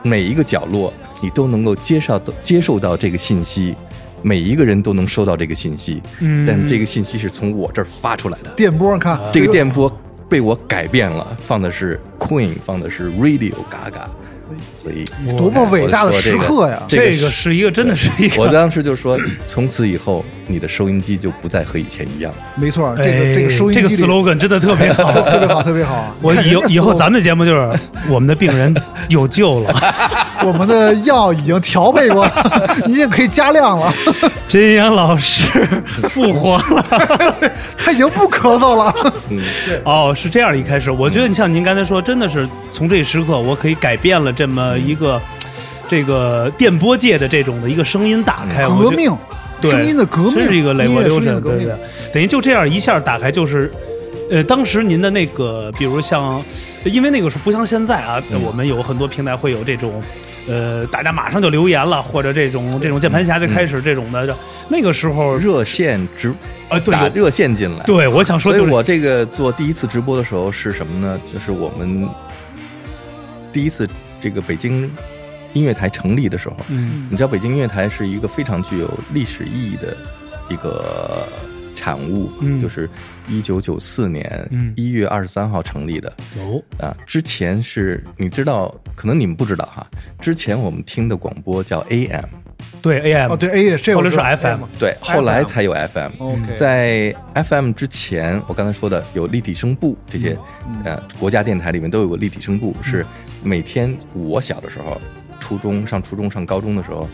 Speaker 3: 每一个角落你都能够接受到接受到这个信息，每一个人都能收到这个信息，
Speaker 4: 嗯
Speaker 3: 但这个信息是从我这儿发出来的，
Speaker 5: 电波，你看
Speaker 3: 这个电波被我改变了，放的是 Queen，放的是 Radio Gaga，所以
Speaker 5: 哎多么伟大的
Speaker 3: 我说
Speaker 5: 时
Speaker 3: 这个
Speaker 5: 刻呀！
Speaker 3: 这个
Speaker 4: 这个是一个真的是一
Speaker 3: 我
Speaker 4: 个，
Speaker 3: 当时就说，从此以后你的收音机就不再和以前一样。
Speaker 5: 没错，这
Speaker 4: 哎
Speaker 5: 个这个收音
Speaker 4: 这
Speaker 5: 机
Speaker 4: 个
Speaker 5: 里
Speaker 4: slogan 真的特别 好。
Speaker 5: 特别好，特别好。啊
Speaker 4: 我
Speaker 5: 看
Speaker 4: 以
Speaker 5: 人
Speaker 4: 后
Speaker 5: 家
Speaker 4: 以后
Speaker 5: slogan
Speaker 4: 咱们的节目 就是我们的病人有救了。
Speaker 5: 我们的药已经调配过了， 你也可以加量了，
Speaker 4: 真阳老师复活了。
Speaker 5: 他已经不咳嗽了。
Speaker 4: 哦，是这样一开始。我
Speaker 5: 嗯
Speaker 4: 觉得你像您刚才说，真的是从这时刻，我可以改变了这么
Speaker 5: 嗯
Speaker 4: 一个、这个电波界的这种的一个声音打开，哎我觉
Speaker 5: 嗯革
Speaker 4: 得
Speaker 5: 命，
Speaker 4: 对
Speaker 5: 声音的革命，
Speaker 4: 真是一个
Speaker 5: 音
Speaker 4: l
Speaker 5: 乐
Speaker 4: e v
Speaker 5: 声
Speaker 4: o
Speaker 5: 音
Speaker 4: l u
Speaker 5: 的革
Speaker 4: 对
Speaker 5: 命
Speaker 4: 对，，等于就这样一下打开就是。呃，当时您的那个，比如像，因为那个是不像现在啊，
Speaker 5: 嗯
Speaker 4: 我们有很多平台会有这种，呃，大家马上就留言了，或者这种这种键盘侠就开
Speaker 5: 嗯
Speaker 4: 始这种的，就那个时候，
Speaker 3: 热线直
Speaker 4: 啊对
Speaker 3: 打
Speaker 4: 有
Speaker 3: 热线进来。，
Speaker 4: 对，我想说
Speaker 3: 所以
Speaker 4: 就是
Speaker 3: 我这个做第一次直播的时候是什么呢？就是我们第一次这个北京音乐台成立的时候，
Speaker 4: 嗯
Speaker 3: 你知道北京音乐台是一个非常具有历史意义的一个产物，
Speaker 4: 嗯
Speaker 3: 就是一九九四年
Speaker 4: 嗯
Speaker 3: 一月二十三号成立的。
Speaker 5: 哦
Speaker 4: 有
Speaker 3: 啊，之前是你知道，可能你们不知道哈，之前我们听的广播叫 AM，
Speaker 4: 对 AM
Speaker 5: 哦对，哎呀，这
Speaker 4: 后
Speaker 5: 我
Speaker 4: 来
Speaker 5: 知道
Speaker 4: 是 FM
Speaker 3: 对，后来才有 FM。
Speaker 4: 哦
Speaker 5: OK
Speaker 3: 在 FM 之前，我刚才说的有立体声部这些，
Speaker 4: 嗯
Speaker 3: 呃，国家电台里面都有个立体声部，是每天我小的时候，初中上初中上高中的时候，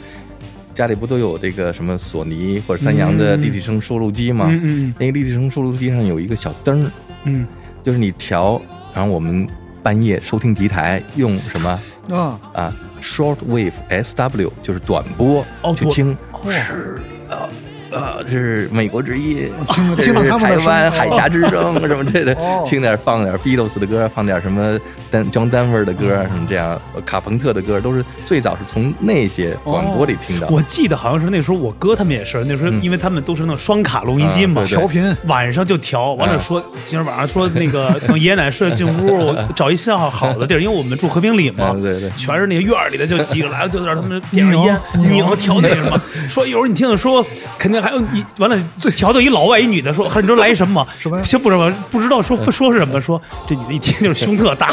Speaker 3: 家里不都有这个什么索尼或者三洋的立体声收录机吗？
Speaker 4: 嗯嗯
Speaker 3: 那个立体声收录机上有一个小灯儿，
Speaker 4: 嗯，
Speaker 3: 就是你调，然后我们半夜收听敌台用什么？
Speaker 5: 啊，
Speaker 3: 啊，short wave SW 就是短波、
Speaker 4: 哦
Speaker 3: 去
Speaker 4: 短
Speaker 3: 听，是啊啊，这是美国之夜，
Speaker 5: 哦听
Speaker 3: 这
Speaker 5: 听到
Speaker 3: 是
Speaker 5: 他们
Speaker 3: 台
Speaker 5: 的
Speaker 3: 湾
Speaker 5: 声
Speaker 3: 海
Speaker 5: 音
Speaker 3: 峡之声什么这的
Speaker 5: 哦，
Speaker 3: 听点放点 Beatles 的歌，放点什么丹 John Denver 的
Speaker 5: 哦
Speaker 3: 歌，什么这样，卡朋特的歌都是最早是从那些广播
Speaker 5: 哦
Speaker 3: 里听到的。
Speaker 4: 我记得好像是那时候我哥他们也是，那时候因为他们都是那种双卡录音机嘛，
Speaker 3: 啊对啊
Speaker 5: 调频，
Speaker 4: 晚上就调，完了说今儿晚上说那 个等爷爷奶奶睡了进屋，我找一信号好的地儿，因为我们住和平里嘛，
Speaker 3: 嗯对嗯对
Speaker 4: 全是那院儿里的就挤着来了，就让他们点上
Speaker 5: 拧
Speaker 4: 烟，
Speaker 5: 拧
Speaker 4: 拧调那什么，说一会儿你听听说，肯定还嗯一完了，调到一老外一女的说，你知道来一什么吗？
Speaker 5: 什么呀
Speaker 4: 先不什么，不知道说说是什么，说这女的一听就是胸特大，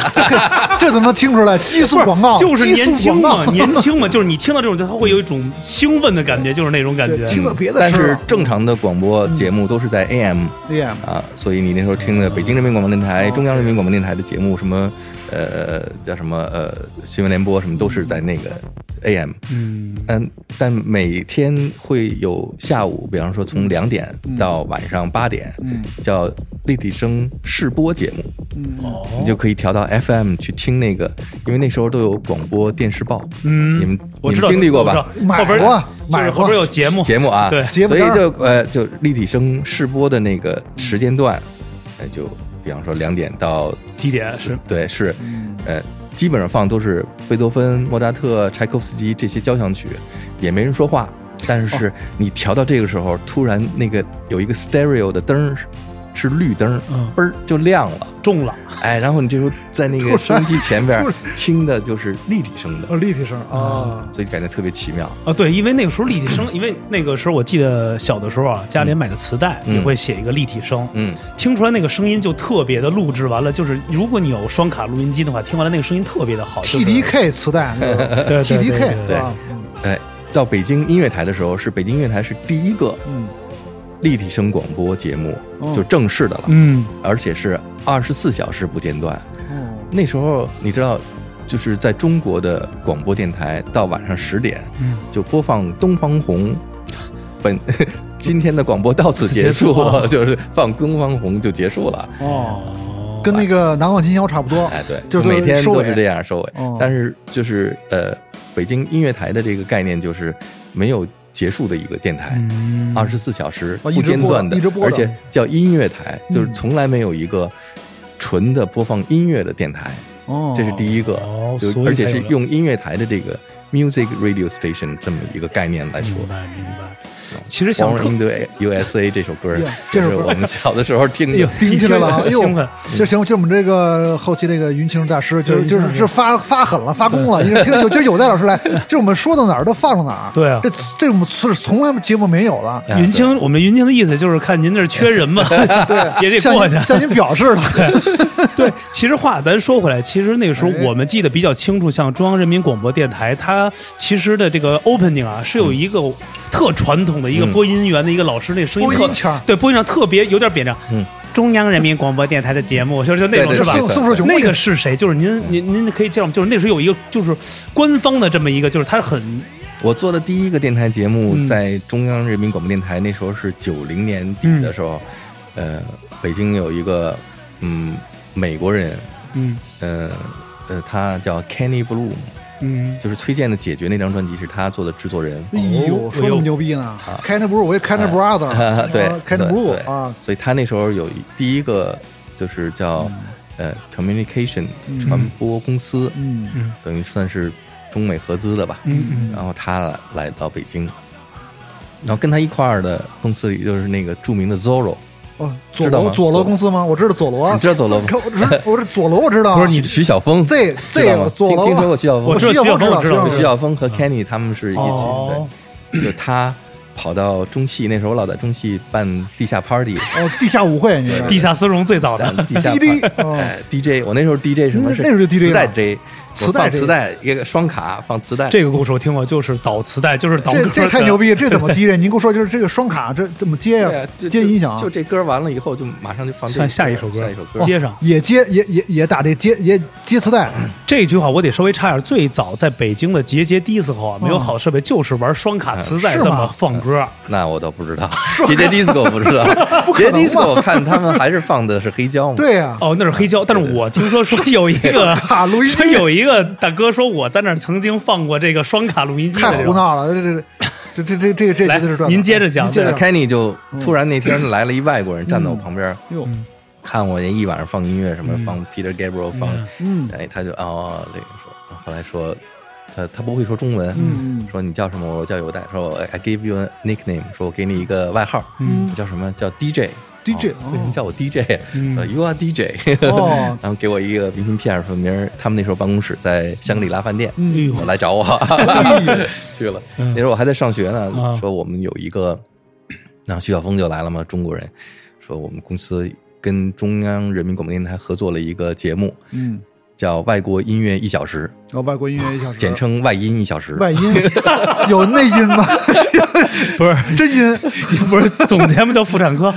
Speaker 5: 这都能听出来，激素
Speaker 4: 不是
Speaker 5: 广告
Speaker 4: 就是
Speaker 5: 激素
Speaker 4: 年轻
Speaker 5: 广
Speaker 4: 嘛，
Speaker 5: 告
Speaker 4: 年轻嘛，就是你听到这种，他会有一种兴奋的感觉，就是那种感觉 嗯
Speaker 5: 对，。听了别的
Speaker 3: 嗯但
Speaker 5: 事儿
Speaker 3: 是
Speaker 5: 啊
Speaker 3: 正常的广播节目都是在 AM
Speaker 5: ，AM
Speaker 3: 啊，所以你那时候听的北京人民广播电台、中央人民广播电台的节目，什么呃叫什么呃新闻联播什么，都是在那个 AM。嗯但每天会有下午，比方说从两点到晚上八点，叫立体声试播节目。
Speaker 4: 哦
Speaker 3: 你就可以调到 FM 去听那个，因为那时候都有广播电视报，嗯，你们
Speaker 4: 我
Speaker 3: 你
Speaker 4: 知道
Speaker 3: 们经历过吧？
Speaker 4: 我知道后边
Speaker 5: 买过
Speaker 4: 就是
Speaker 5: 买
Speaker 4: 后
Speaker 5: 过
Speaker 4: 边有节 目
Speaker 3: 节目啊，
Speaker 4: 对
Speaker 5: 节目
Speaker 3: 所
Speaker 5: 单
Speaker 3: 以
Speaker 5: 儿
Speaker 3: 就呃就立体声试播的那个时间段，呃就比方说两点到
Speaker 4: 几点是
Speaker 3: 对是，
Speaker 5: 嗯
Speaker 3: 呃基本上放都是贝多芬、莫扎特、柴可夫斯基这些交响曲，也没人说话，但
Speaker 5: 哦
Speaker 3: 是你调到这个时候，突然那个有一个 stereo 的灯儿是是绿灯儿
Speaker 4: 嗯，
Speaker 3: 嘣儿就亮 了。
Speaker 4: 中了
Speaker 3: 哎，然后你这时候在那个收音机前边儿听的就是立体声的，
Speaker 5: 哦，立体声啊，
Speaker 3: 所以感觉特别奇妙。
Speaker 4: 啊？对，因为那个时候立体声，因为那个时候我记得小的时候啊，家里买的磁带
Speaker 3: 嗯
Speaker 4: 也会写一个立体声，
Speaker 3: 嗯，
Speaker 4: 听出来那个声音就特别的录制完了，就是如果你有双卡录音机的话，听完了那个声音特别的好。就是
Speaker 5: TDK 磁 带那个
Speaker 4: 对对对
Speaker 5: TDK
Speaker 4: 对
Speaker 5: 是吧？
Speaker 3: 哎，到北京音乐台的时候，是北京音乐台是第一个
Speaker 5: 嗯
Speaker 3: 立体声广播节目，
Speaker 5: 哦
Speaker 3: 就正式的了，
Speaker 4: 嗯，
Speaker 3: 而且是二十四小时不间断。
Speaker 5: 嗯，
Speaker 3: 那时候你知道，就是在中国的广播电台到晚上十点，
Speaker 4: 嗯
Speaker 3: 就播放东方红，本。 今天的广播到此结
Speaker 4: 结束
Speaker 3: 束，
Speaker 4: 啊
Speaker 3: 就是放东方红就结束了。
Speaker 5: 哦，跟那个南方今宵差不多，
Speaker 4: 嗯
Speaker 3: 哎，对，
Speaker 5: 就是
Speaker 3: 每天
Speaker 5: 收
Speaker 3: 都
Speaker 5: 尾
Speaker 3: 是这样收尾。
Speaker 5: 哦
Speaker 3: 但是就是呃，北京音乐台的这个概念就是没有结束的一个电台，
Speaker 4: 嗯
Speaker 3: 二十四小时
Speaker 5: 哦
Speaker 3: 不间断的，
Speaker 5: 一直播的
Speaker 3: 而且叫音乐台，就是从来没有一个纯的播放音乐的电台，
Speaker 5: 哦，
Speaker 3: 这是第一个，
Speaker 4: 哦
Speaker 3: 就
Speaker 4: 所以
Speaker 3: 而且
Speaker 4: 才有
Speaker 3: 是
Speaker 4: 了
Speaker 3: 用音乐台的这个 music radio station 这么一个概念来说。
Speaker 4: 明白明白。嗯其实想
Speaker 3: 黄
Speaker 4: 特
Speaker 3: 英对 USA 这首歌
Speaker 5: 呀，
Speaker 3: 就
Speaker 5: 这首
Speaker 3: 是
Speaker 5: 歌
Speaker 3: 我们小的时候听 的。
Speaker 5: 顶起来了啊！哎呦
Speaker 4: 兴奋。，
Speaker 5: 就行，就我们这个后期这个云清大师，就是
Speaker 4: 对
Speaker 5: 就是是发发狠了，发功了，因 为听就就有戴老师来，就是我们说到哪儿都放到哪儿。
Speaker 4: 对啊
Speaker 5: 这这种是从来节目没有的。
Speaker 3: 哎
Speaker 4: 云清，我们云清的意思就是看您这儿缺人嘛，对，哎也得
Speaker 5: 向
Speaker 4: 过去
Speaker 5: 您。向您表示了，
Speaker 4: 对，其实话咱说回来，其实那个时候
Speaker 5: 哎
Speaker 4: 我们记得比较清楚，像中央人民广播电台，它其实的这个 opening 啊，是有一个特传统的一个
Speaker 3: 嗯
Speaker 4: 播音员的一个老师，那声音
Speaker 5: 播
Speaker 4: 特
Speaker 5: 音腔
Speaker 4: 对播音腔特别有点扁着。
Speaker 3: 嗯，
Speaker 4: 中央人民广播电台的节目，就是就那种
Speaker 3: 对
Speaker 4: 是
Speaker 5: 就
Speaker 4: 吧？
Speaker 5: 宋宋世雄
Speaker 4: 那个是谁？就是您您您可以介绍，就是那时候有一个就是官方的这么一个，就是他很
Speaker 3: 我做的第一个电台节目
Speaker 4: 嗯
Speaker 3: 在中央人民广播电台，那时候是九零年底的时候，
Speaker 5: 嗯
Speaker 3: 呃，北京有一个嗯美国人，
Speaker 4: 嗯
Speaker 3: 呃呃，他叫 Kenny Bloom，
Speaker 4: 嗯
Speaker 3: 就是崔健的《解决》那张专辑是他做的制作人，
Speaker 5: 哎
Speaker 3: 哦
Speaker 5: 呦，说那么牛逼呢？Can Blue，我也 Can Brother，
Speaker 3: 啊哎对
Speaker 5: 啊，Can
Speaker 3: 对
Speaker 5: Blue
Speaker 3: 对
Speaker 5: 啊，嗯
Speaker 3: 所以他那时候有一第一个就是叫呃 Communication 传播公司，
Speaker 5: 嗯，
Speaker 3: 等于算是中美合资的吧，
Speaker 4: 嗯嗯，
Speaker 3: 然后他来到北京。然后跟他一块儿的公司里就是那个著名的 Zorro，
Speaker 5: 哦，佐
Speaker 3: 知道
Speaker 5: 罗
Speaker 3: 吗
Speaker 5: 佐罗公司吗？我知道佐罗，
Speaker 3: 你知道佐罗吗
Speaker 5: 可我 知我这佐罗我知道啊，
Speaker 3: 不是你徐晓峰
Speaker 5: Z
Speaker 3: 知
Speaker 5: Z
Speaker 3: 道吗
Speaker 5: 佐
Speaker 3: 听
Speaker 5: 罗
Speaker 3: 听
Speaker 5: 吧
Speaker 3: 说过徐晓峰
Speaker 4: 我
Speaker 3: 吗？
Speaker 4: 知道
Speaker 5: 徐
Speaker 4: 徐晓峰
Speaker 5: 晓峰知道
Speaker 4: 我
Speaker 3: 徐晓峰和
Speaker 5: 嗯
Speaker 3: Kenny 他们是一起，
Speaker 4: 哦
Speaker 3: 对，就他跑到中戏，那时候老在中戏办地下 party，
Speaker 5: 哦，地下舞会，你知道吗
Speaker 4: 地下丝绒最早
Speaker 3: 咱
Speaker 4: 的
Speaker 3: 们 地下
Speaker 5: DJ 哦
Speaker 3: 哎 DJ，我那时候 DJ 什么
Speaker 5: 那
Speaker 3: 是
Speaker 5: 那时候就 DJ
Speaker 3: 磁带
Speaker 5: 了
Speaker 3: J，我
Speaker 5: 磁带
Speaker 3: 放
Speaker 5: J
Speaker 3: 磁带一个双卡放磁带，
Speaker 4: 这个故事我听过，就是导磁带，就是导歌
Speaker 5: 这
Speaker 4: 的
Speaker 5: 这太牛逼，这 怎么低这？您给我说，就是这个双卡这怎么接
Speaker 3: 对啊
Speaker 5: 呀
Speaker 3: 就？
Speaker 5: 接
Speaker 3: 就
Speaker 5: 音响啊
Speaker 3: 就这歌完了以后就马上就放这
Speaker 4: 算下一首歌，
Speaker 3: 下一首歌，
Speaker 4: 接上
Speaker 5: 也哦接也也也打这接也接磁带，
Speaker 3: 嗯
Speaker 4: 这句话，我得稍微插一下。最早在北京的节节 disco 啊，没有好设备，就是玩双卡磁带
Speaker 5: 啊是
Speaker 4: 这
Speaker 5: 吗啊
Speaker 4: 么放歌。
Speaker 3: 那我倒不 知道，杰杰 disco 我不知道，杰杰 disco 我看他们还是放的是黑胶嘛，
Speaker 5: 对呀，
Speaker 4: 哦，那是黑
Speaker 5: 啊
Speaker 4: 胶，但是我听说说有一 个
Speaker 5: 卡录音机
Speaker 4: 说有一个大哥说我在那儿曾经放过这个双卡录音机的
Speaker 5: 太
Speaker 4: 这
Speaker 5: 胡
Speaker 4: 种。
Speaker 5: 闹了，这这这这这这这
Speaker 4: 来
Speaker 5: 绝对是段嗯子。
Speaker 4: 您接着讲
Speaker 5: 您接着
Speaker 3: 那啊 Kenny 就突然那天来了一外国人站到我旁边，
Speaker 5: 哟，
Speaker 3: 看我一晚上放音乐什么，放 Peter Gabriel 放，
Speaker 5: 嗯
Speaker 3: 哎，他就哦这个说，后来说，他他不会说中文，说你叫什么？我叫有代，说我 I give you a nickname，说我给你一个外号，你叫什么？叫 DJ。
Speaker 5: DJ
Speaker 3: 哦为什么叫我 DJ？呃，You are DJ。
Speaker 5: 哦
Speaker 3: 然后给我一个明信片，说明儿他们那时候办公室在香格里拉饭店，
Speaker 4: 哎呦
Speaker 3: 我来 找我去了。那时候我还在上学呢
Speaker 4: 啊，
Speaker 3: 说我们有一个然后徐晓峰就来了嘛，中国人，说我们公司跟中央人民广播电台合作了一个节目，
Speaker 5: 嗯，
Speaker 3: 叫《外国音乐一小时
Speaker 5: 然哦后外国音乐一小》，时，
Speaker 3: 简称“外音一小时”。
Speaker 5: 嗯外音，有内音吗？
Speaker 4: 不是
Speaker 5: 真音
Speaker 4: 不是，总节目叫妇产科，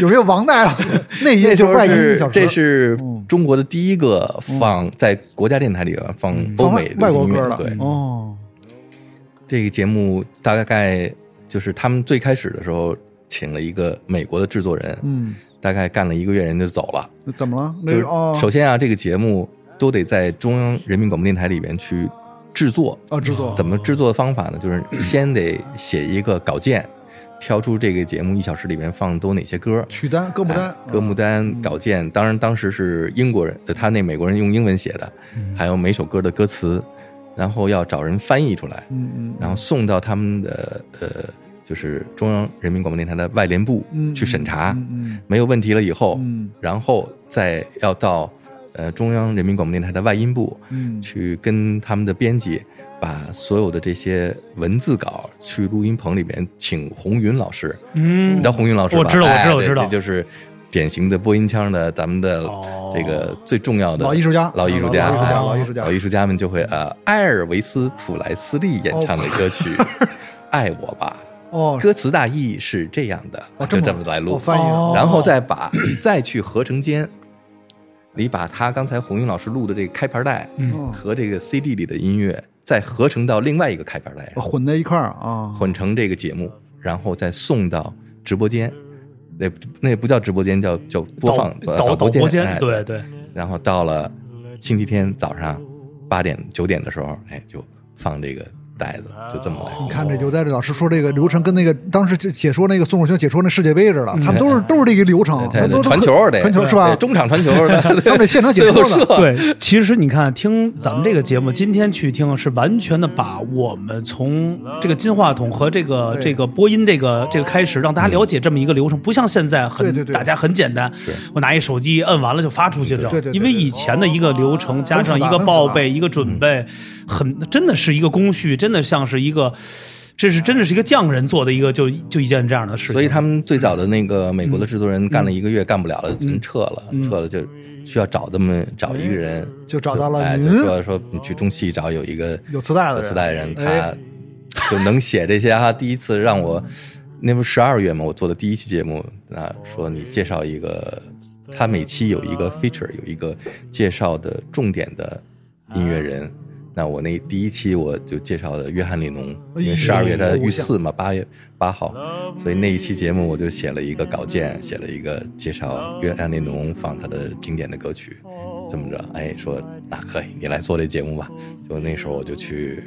Speaker 5: 有没有王大夫？ 内音
Speaker 3: 这
Speaker 5: 就是
Speaker 3: 时候
Speaker 5: 外音一
Speaker 3: 是
Speaker 5: 小时，嗯
Speaker 3: 这是中国的第一个放在国家电台里边放欧
Speaker 5: 嗯放外
Speaker 3: 美流
Speaker 5: 外国
Speaker 3: 行音
Speaker 5: 歌
Speaker 3: 乐。
Speaker 5: 了
Speaker 3: 对，
Speaker 5: 哦，
Speaker 3: 这个节目大概就是他们最开始的时候请了一个美国的制作人，
Speaker 5: 嗯，
Speaker 3: 大概干了一个月人就走了。
Speaker 5: 那怎么了？那
Speaker 3: 就是
Speaker 5: 是哦，
Speaker 3: 首先啊，这个节目都得在中央人民广播电台里边去制作。
Speaker 5: 啊，制作
Speaker 3: 怎么制作的方法呢？就是先得写一个稿件，挑出这个节目一小时里面放都哪些歌。
Speaker 5: 曲单、歌
Speaker 3: 歌
Speaker 5: 牡丹、
Speaker 3: 啊
Speaker 5: 嗯
Speaker 3: 歌牡哎丹稿件，当然当时是英国人，呃他那美国人用英文写的，
Speaker 5: 嗯
Speaker 3: 还有每首歌的歌词，然后要找人翻译出来，
Speaker 5: 嗯嗯
Speaker 3: 然后送到他们的呃，就是中央人民广播电台的外联部
Speaker 5: 嗯，
Speaker 3: 去审查，
Speaker 5: 嗯
Speaker 3: 没有问题了以后，
Speaker 5: 嗯
Speaker 3: 然后再要到呃中央人民广播电台的外音部
Speaker 5: 嗯
Speaker 3: 去跟他们的编辑把所有的这些文字稿去录音棚里面请红云老师，你
Speaker 4: 嗯
Speaker 3: 知道，红云老师吧？
Speaker 4: 我知道我
Speaker 3: 哎
Speaker 4: 知道我
Speaker 3: 对
Speaker 4: 知道
Speaker 3: 这就是典型的播音腔的咱们的
Speaker 5: 哦
Speaker 3: 这个最重要的
Speaker 5: 老艺术家
Speaker 3: 老艺术
Speaker 5: 老
Speaker 3: 家，
Speaker 5: 艺术
Speaker 4: 家
Speaker 3: 哎
Speaker 5: 老艺术家
Speaker 3: 老艺术家们就会呃，埃尔维斯·普莱斯利演唱的歌 曲《爱我吧
Speaker 5: 嗯，》，哦，
Speaker 3: 歌词大意是这样的，
Speaker 5: 哦
Speaker 3: 就
Speaker 5: 这
Speaker 3: 这
Speaker 5: 么
Speaker 3: 么来录
Speaker 5: 哦，翻译了
Speaker 4: 哦
Speaker 3: 然后再把再去合成间，你把他刚才红云老师录的这个开盘带
Speaker 5: 嗯
Speaker 3: 和这个 CD 里的音乐再合成到另外一个开盘带上，
Speaker 5: 哦混在一块儿啊，
Speaker 3: 混成这个节目，然后再送到直播间。那那不叫直播间，叫叫播放呃
Speaker 4: 导
Speaker 3: 播
Speaker 4: 导播
Speaker 3: 哎
Speaker 4: 间，对对，
Speaker 3: 然后到了星期天早上八点九点的时候，哎，就放这个袋子，就这么
Speaker 4: 哦
Speaker 3: 来。
Speaker 5: 你看这刘在这老师说这个流程，跟那
Speaker 3: 哦
Speaker 5: 个当时解说那个宋楚雄解说那世界杯似的，他们都是都是这个流程，
Speaker 3: 嗯
Speaker 5: 他
Speaker 3: 对
Speaker 5: 们
Speaker 3: 对
Speaker 5: 都
Speaker 3: 传球儿得
Speaker 5: 传球是吧
Speaker 3: 对？中场传球儿的，
Speaker 5: 他们得现场解
Speaker 3: 最后
Speaker 5: 说 呢
Speaker 3: 射
Speaker 4: 对，其实你看，听咱们这个
Speaker 5: 嗯
Speaker 4: 节目，今天去听是完全的把我们从这个金话筒和这个
Speaker 5: 对
Speaker 4: 这个播音这个这个开始，让大家了解这么一个流程，不像现在很
Speaker 5: 对对对
Speaker 4: 大家很简单，我拿一手机摁完了就发出去了。
Speaker 5: 对哦对对
Speaker 4: 因为以前的一个流程加上一个报备、一个准
Speaker 5: 嗯
Speaker 4: 备，很真的是一个工序，真的像是一个。这是真的是一个匠人做的一个就就一件这样的事情，
Speaker 3: 所以他们最早的那个美国的制作
Speaker 5: 嗯
Speaker 3: 人干了一个月干不了了，人撤了，撤了就需要找这么找一个人，
Speaker 5: 就嗯找到了
Speaker 3: 哎，
Speaker 5: 您
Speaker 3: 就说说你去中戏找有一个
Speaker 5: 有磁带的
Speaker 3: 有
Speaker 5: 人
Speaker 3: 磁带人，他
Speaker 5: 哎
Speaker 3: 就能写这些哈。第一次让我那不十二月嘛，我做的第一期节目啊，说你介绍一个，他每期有一个 feature，有一个介绍的重点的音乐人。那我那第一期我就介绍了约翰列侬，因为十二月他遇刺嘛，八月八号，所以那一期节目我就写了一个稿件，写了一个介绍约翰列侬放他的经典的歌曲，这么着，哎，说那可以，你来做这节目吧。就那时候我就去，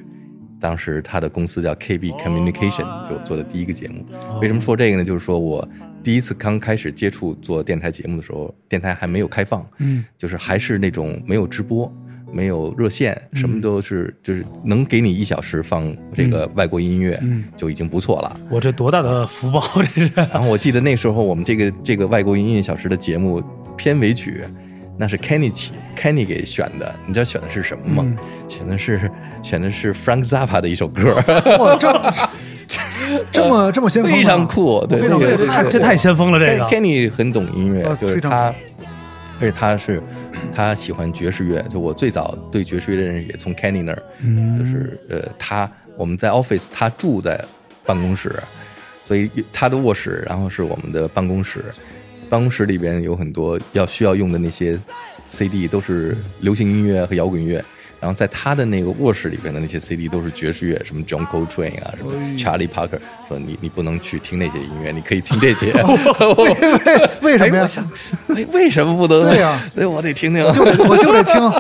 Speaker 3: 当时他的公司叫 KB Communication，就做的第一个节目。为什么说这个呢？就是说我第一次刚开始接触做电台节目的时候，电台还没有开放，
Speaker 4: 嗯，
Speaker 3: 就是还是那种没有直播。没有热线，什么都是就是能给你一小时放这个外国音乐，就已经不错了。
Speaker 4: 我这多大的福报，这是
Speaker 3: 然后我记得那时候我们这个这个外国音乐小时的节目片尾曲，那是 Kenny 起 Kenny 给选的，你知道选的是什么吗？选的是选的是 Frank Zappa 的一首歌，
Speaker 5: 哇，这这么这么先锋啊，
Speaker 3: 非常酷，对，
Speaker 5: 非常酷
Speaker 3: 对对
Speaker 5: 这太
Speaker 4: 这太先锋了，这个
Speaker 3: Kenny 很懂音乐，
Speaker 5: 啊
Speaker 3: 就是
Speaker 5: 非常
Speaker 3: 他，而且他是他喜欢爵士乐，就我最早对爵士乐的认识也从 Kenny 那儿，
Speaker 5: 嗯
Speaker 3: 就是呃，他我们在 office，他住在办公室，所以他的卧室，然后是我们的办公室，办公室里边有很多要需要用的那些 CD 都是流行音乐和摇滚乐。然后在他的那个卧室里边的那些 CD 都是爵士乐，什么 John Coltrane 啊，什么
Speaker 5: 哎
Speaker 3: Charlie Parker，说你你不能去听那些音乐，你可以听这 些。
Speaker 5: 哦为什
Speaker 3: 哎，
Speaker 5: 么呀
Speaker 3: 我？想， 哎，为什么不能？
Speaker 5: 对呀
Speaker 3: 所以我得听听。
Speaker 5: 就我就得听，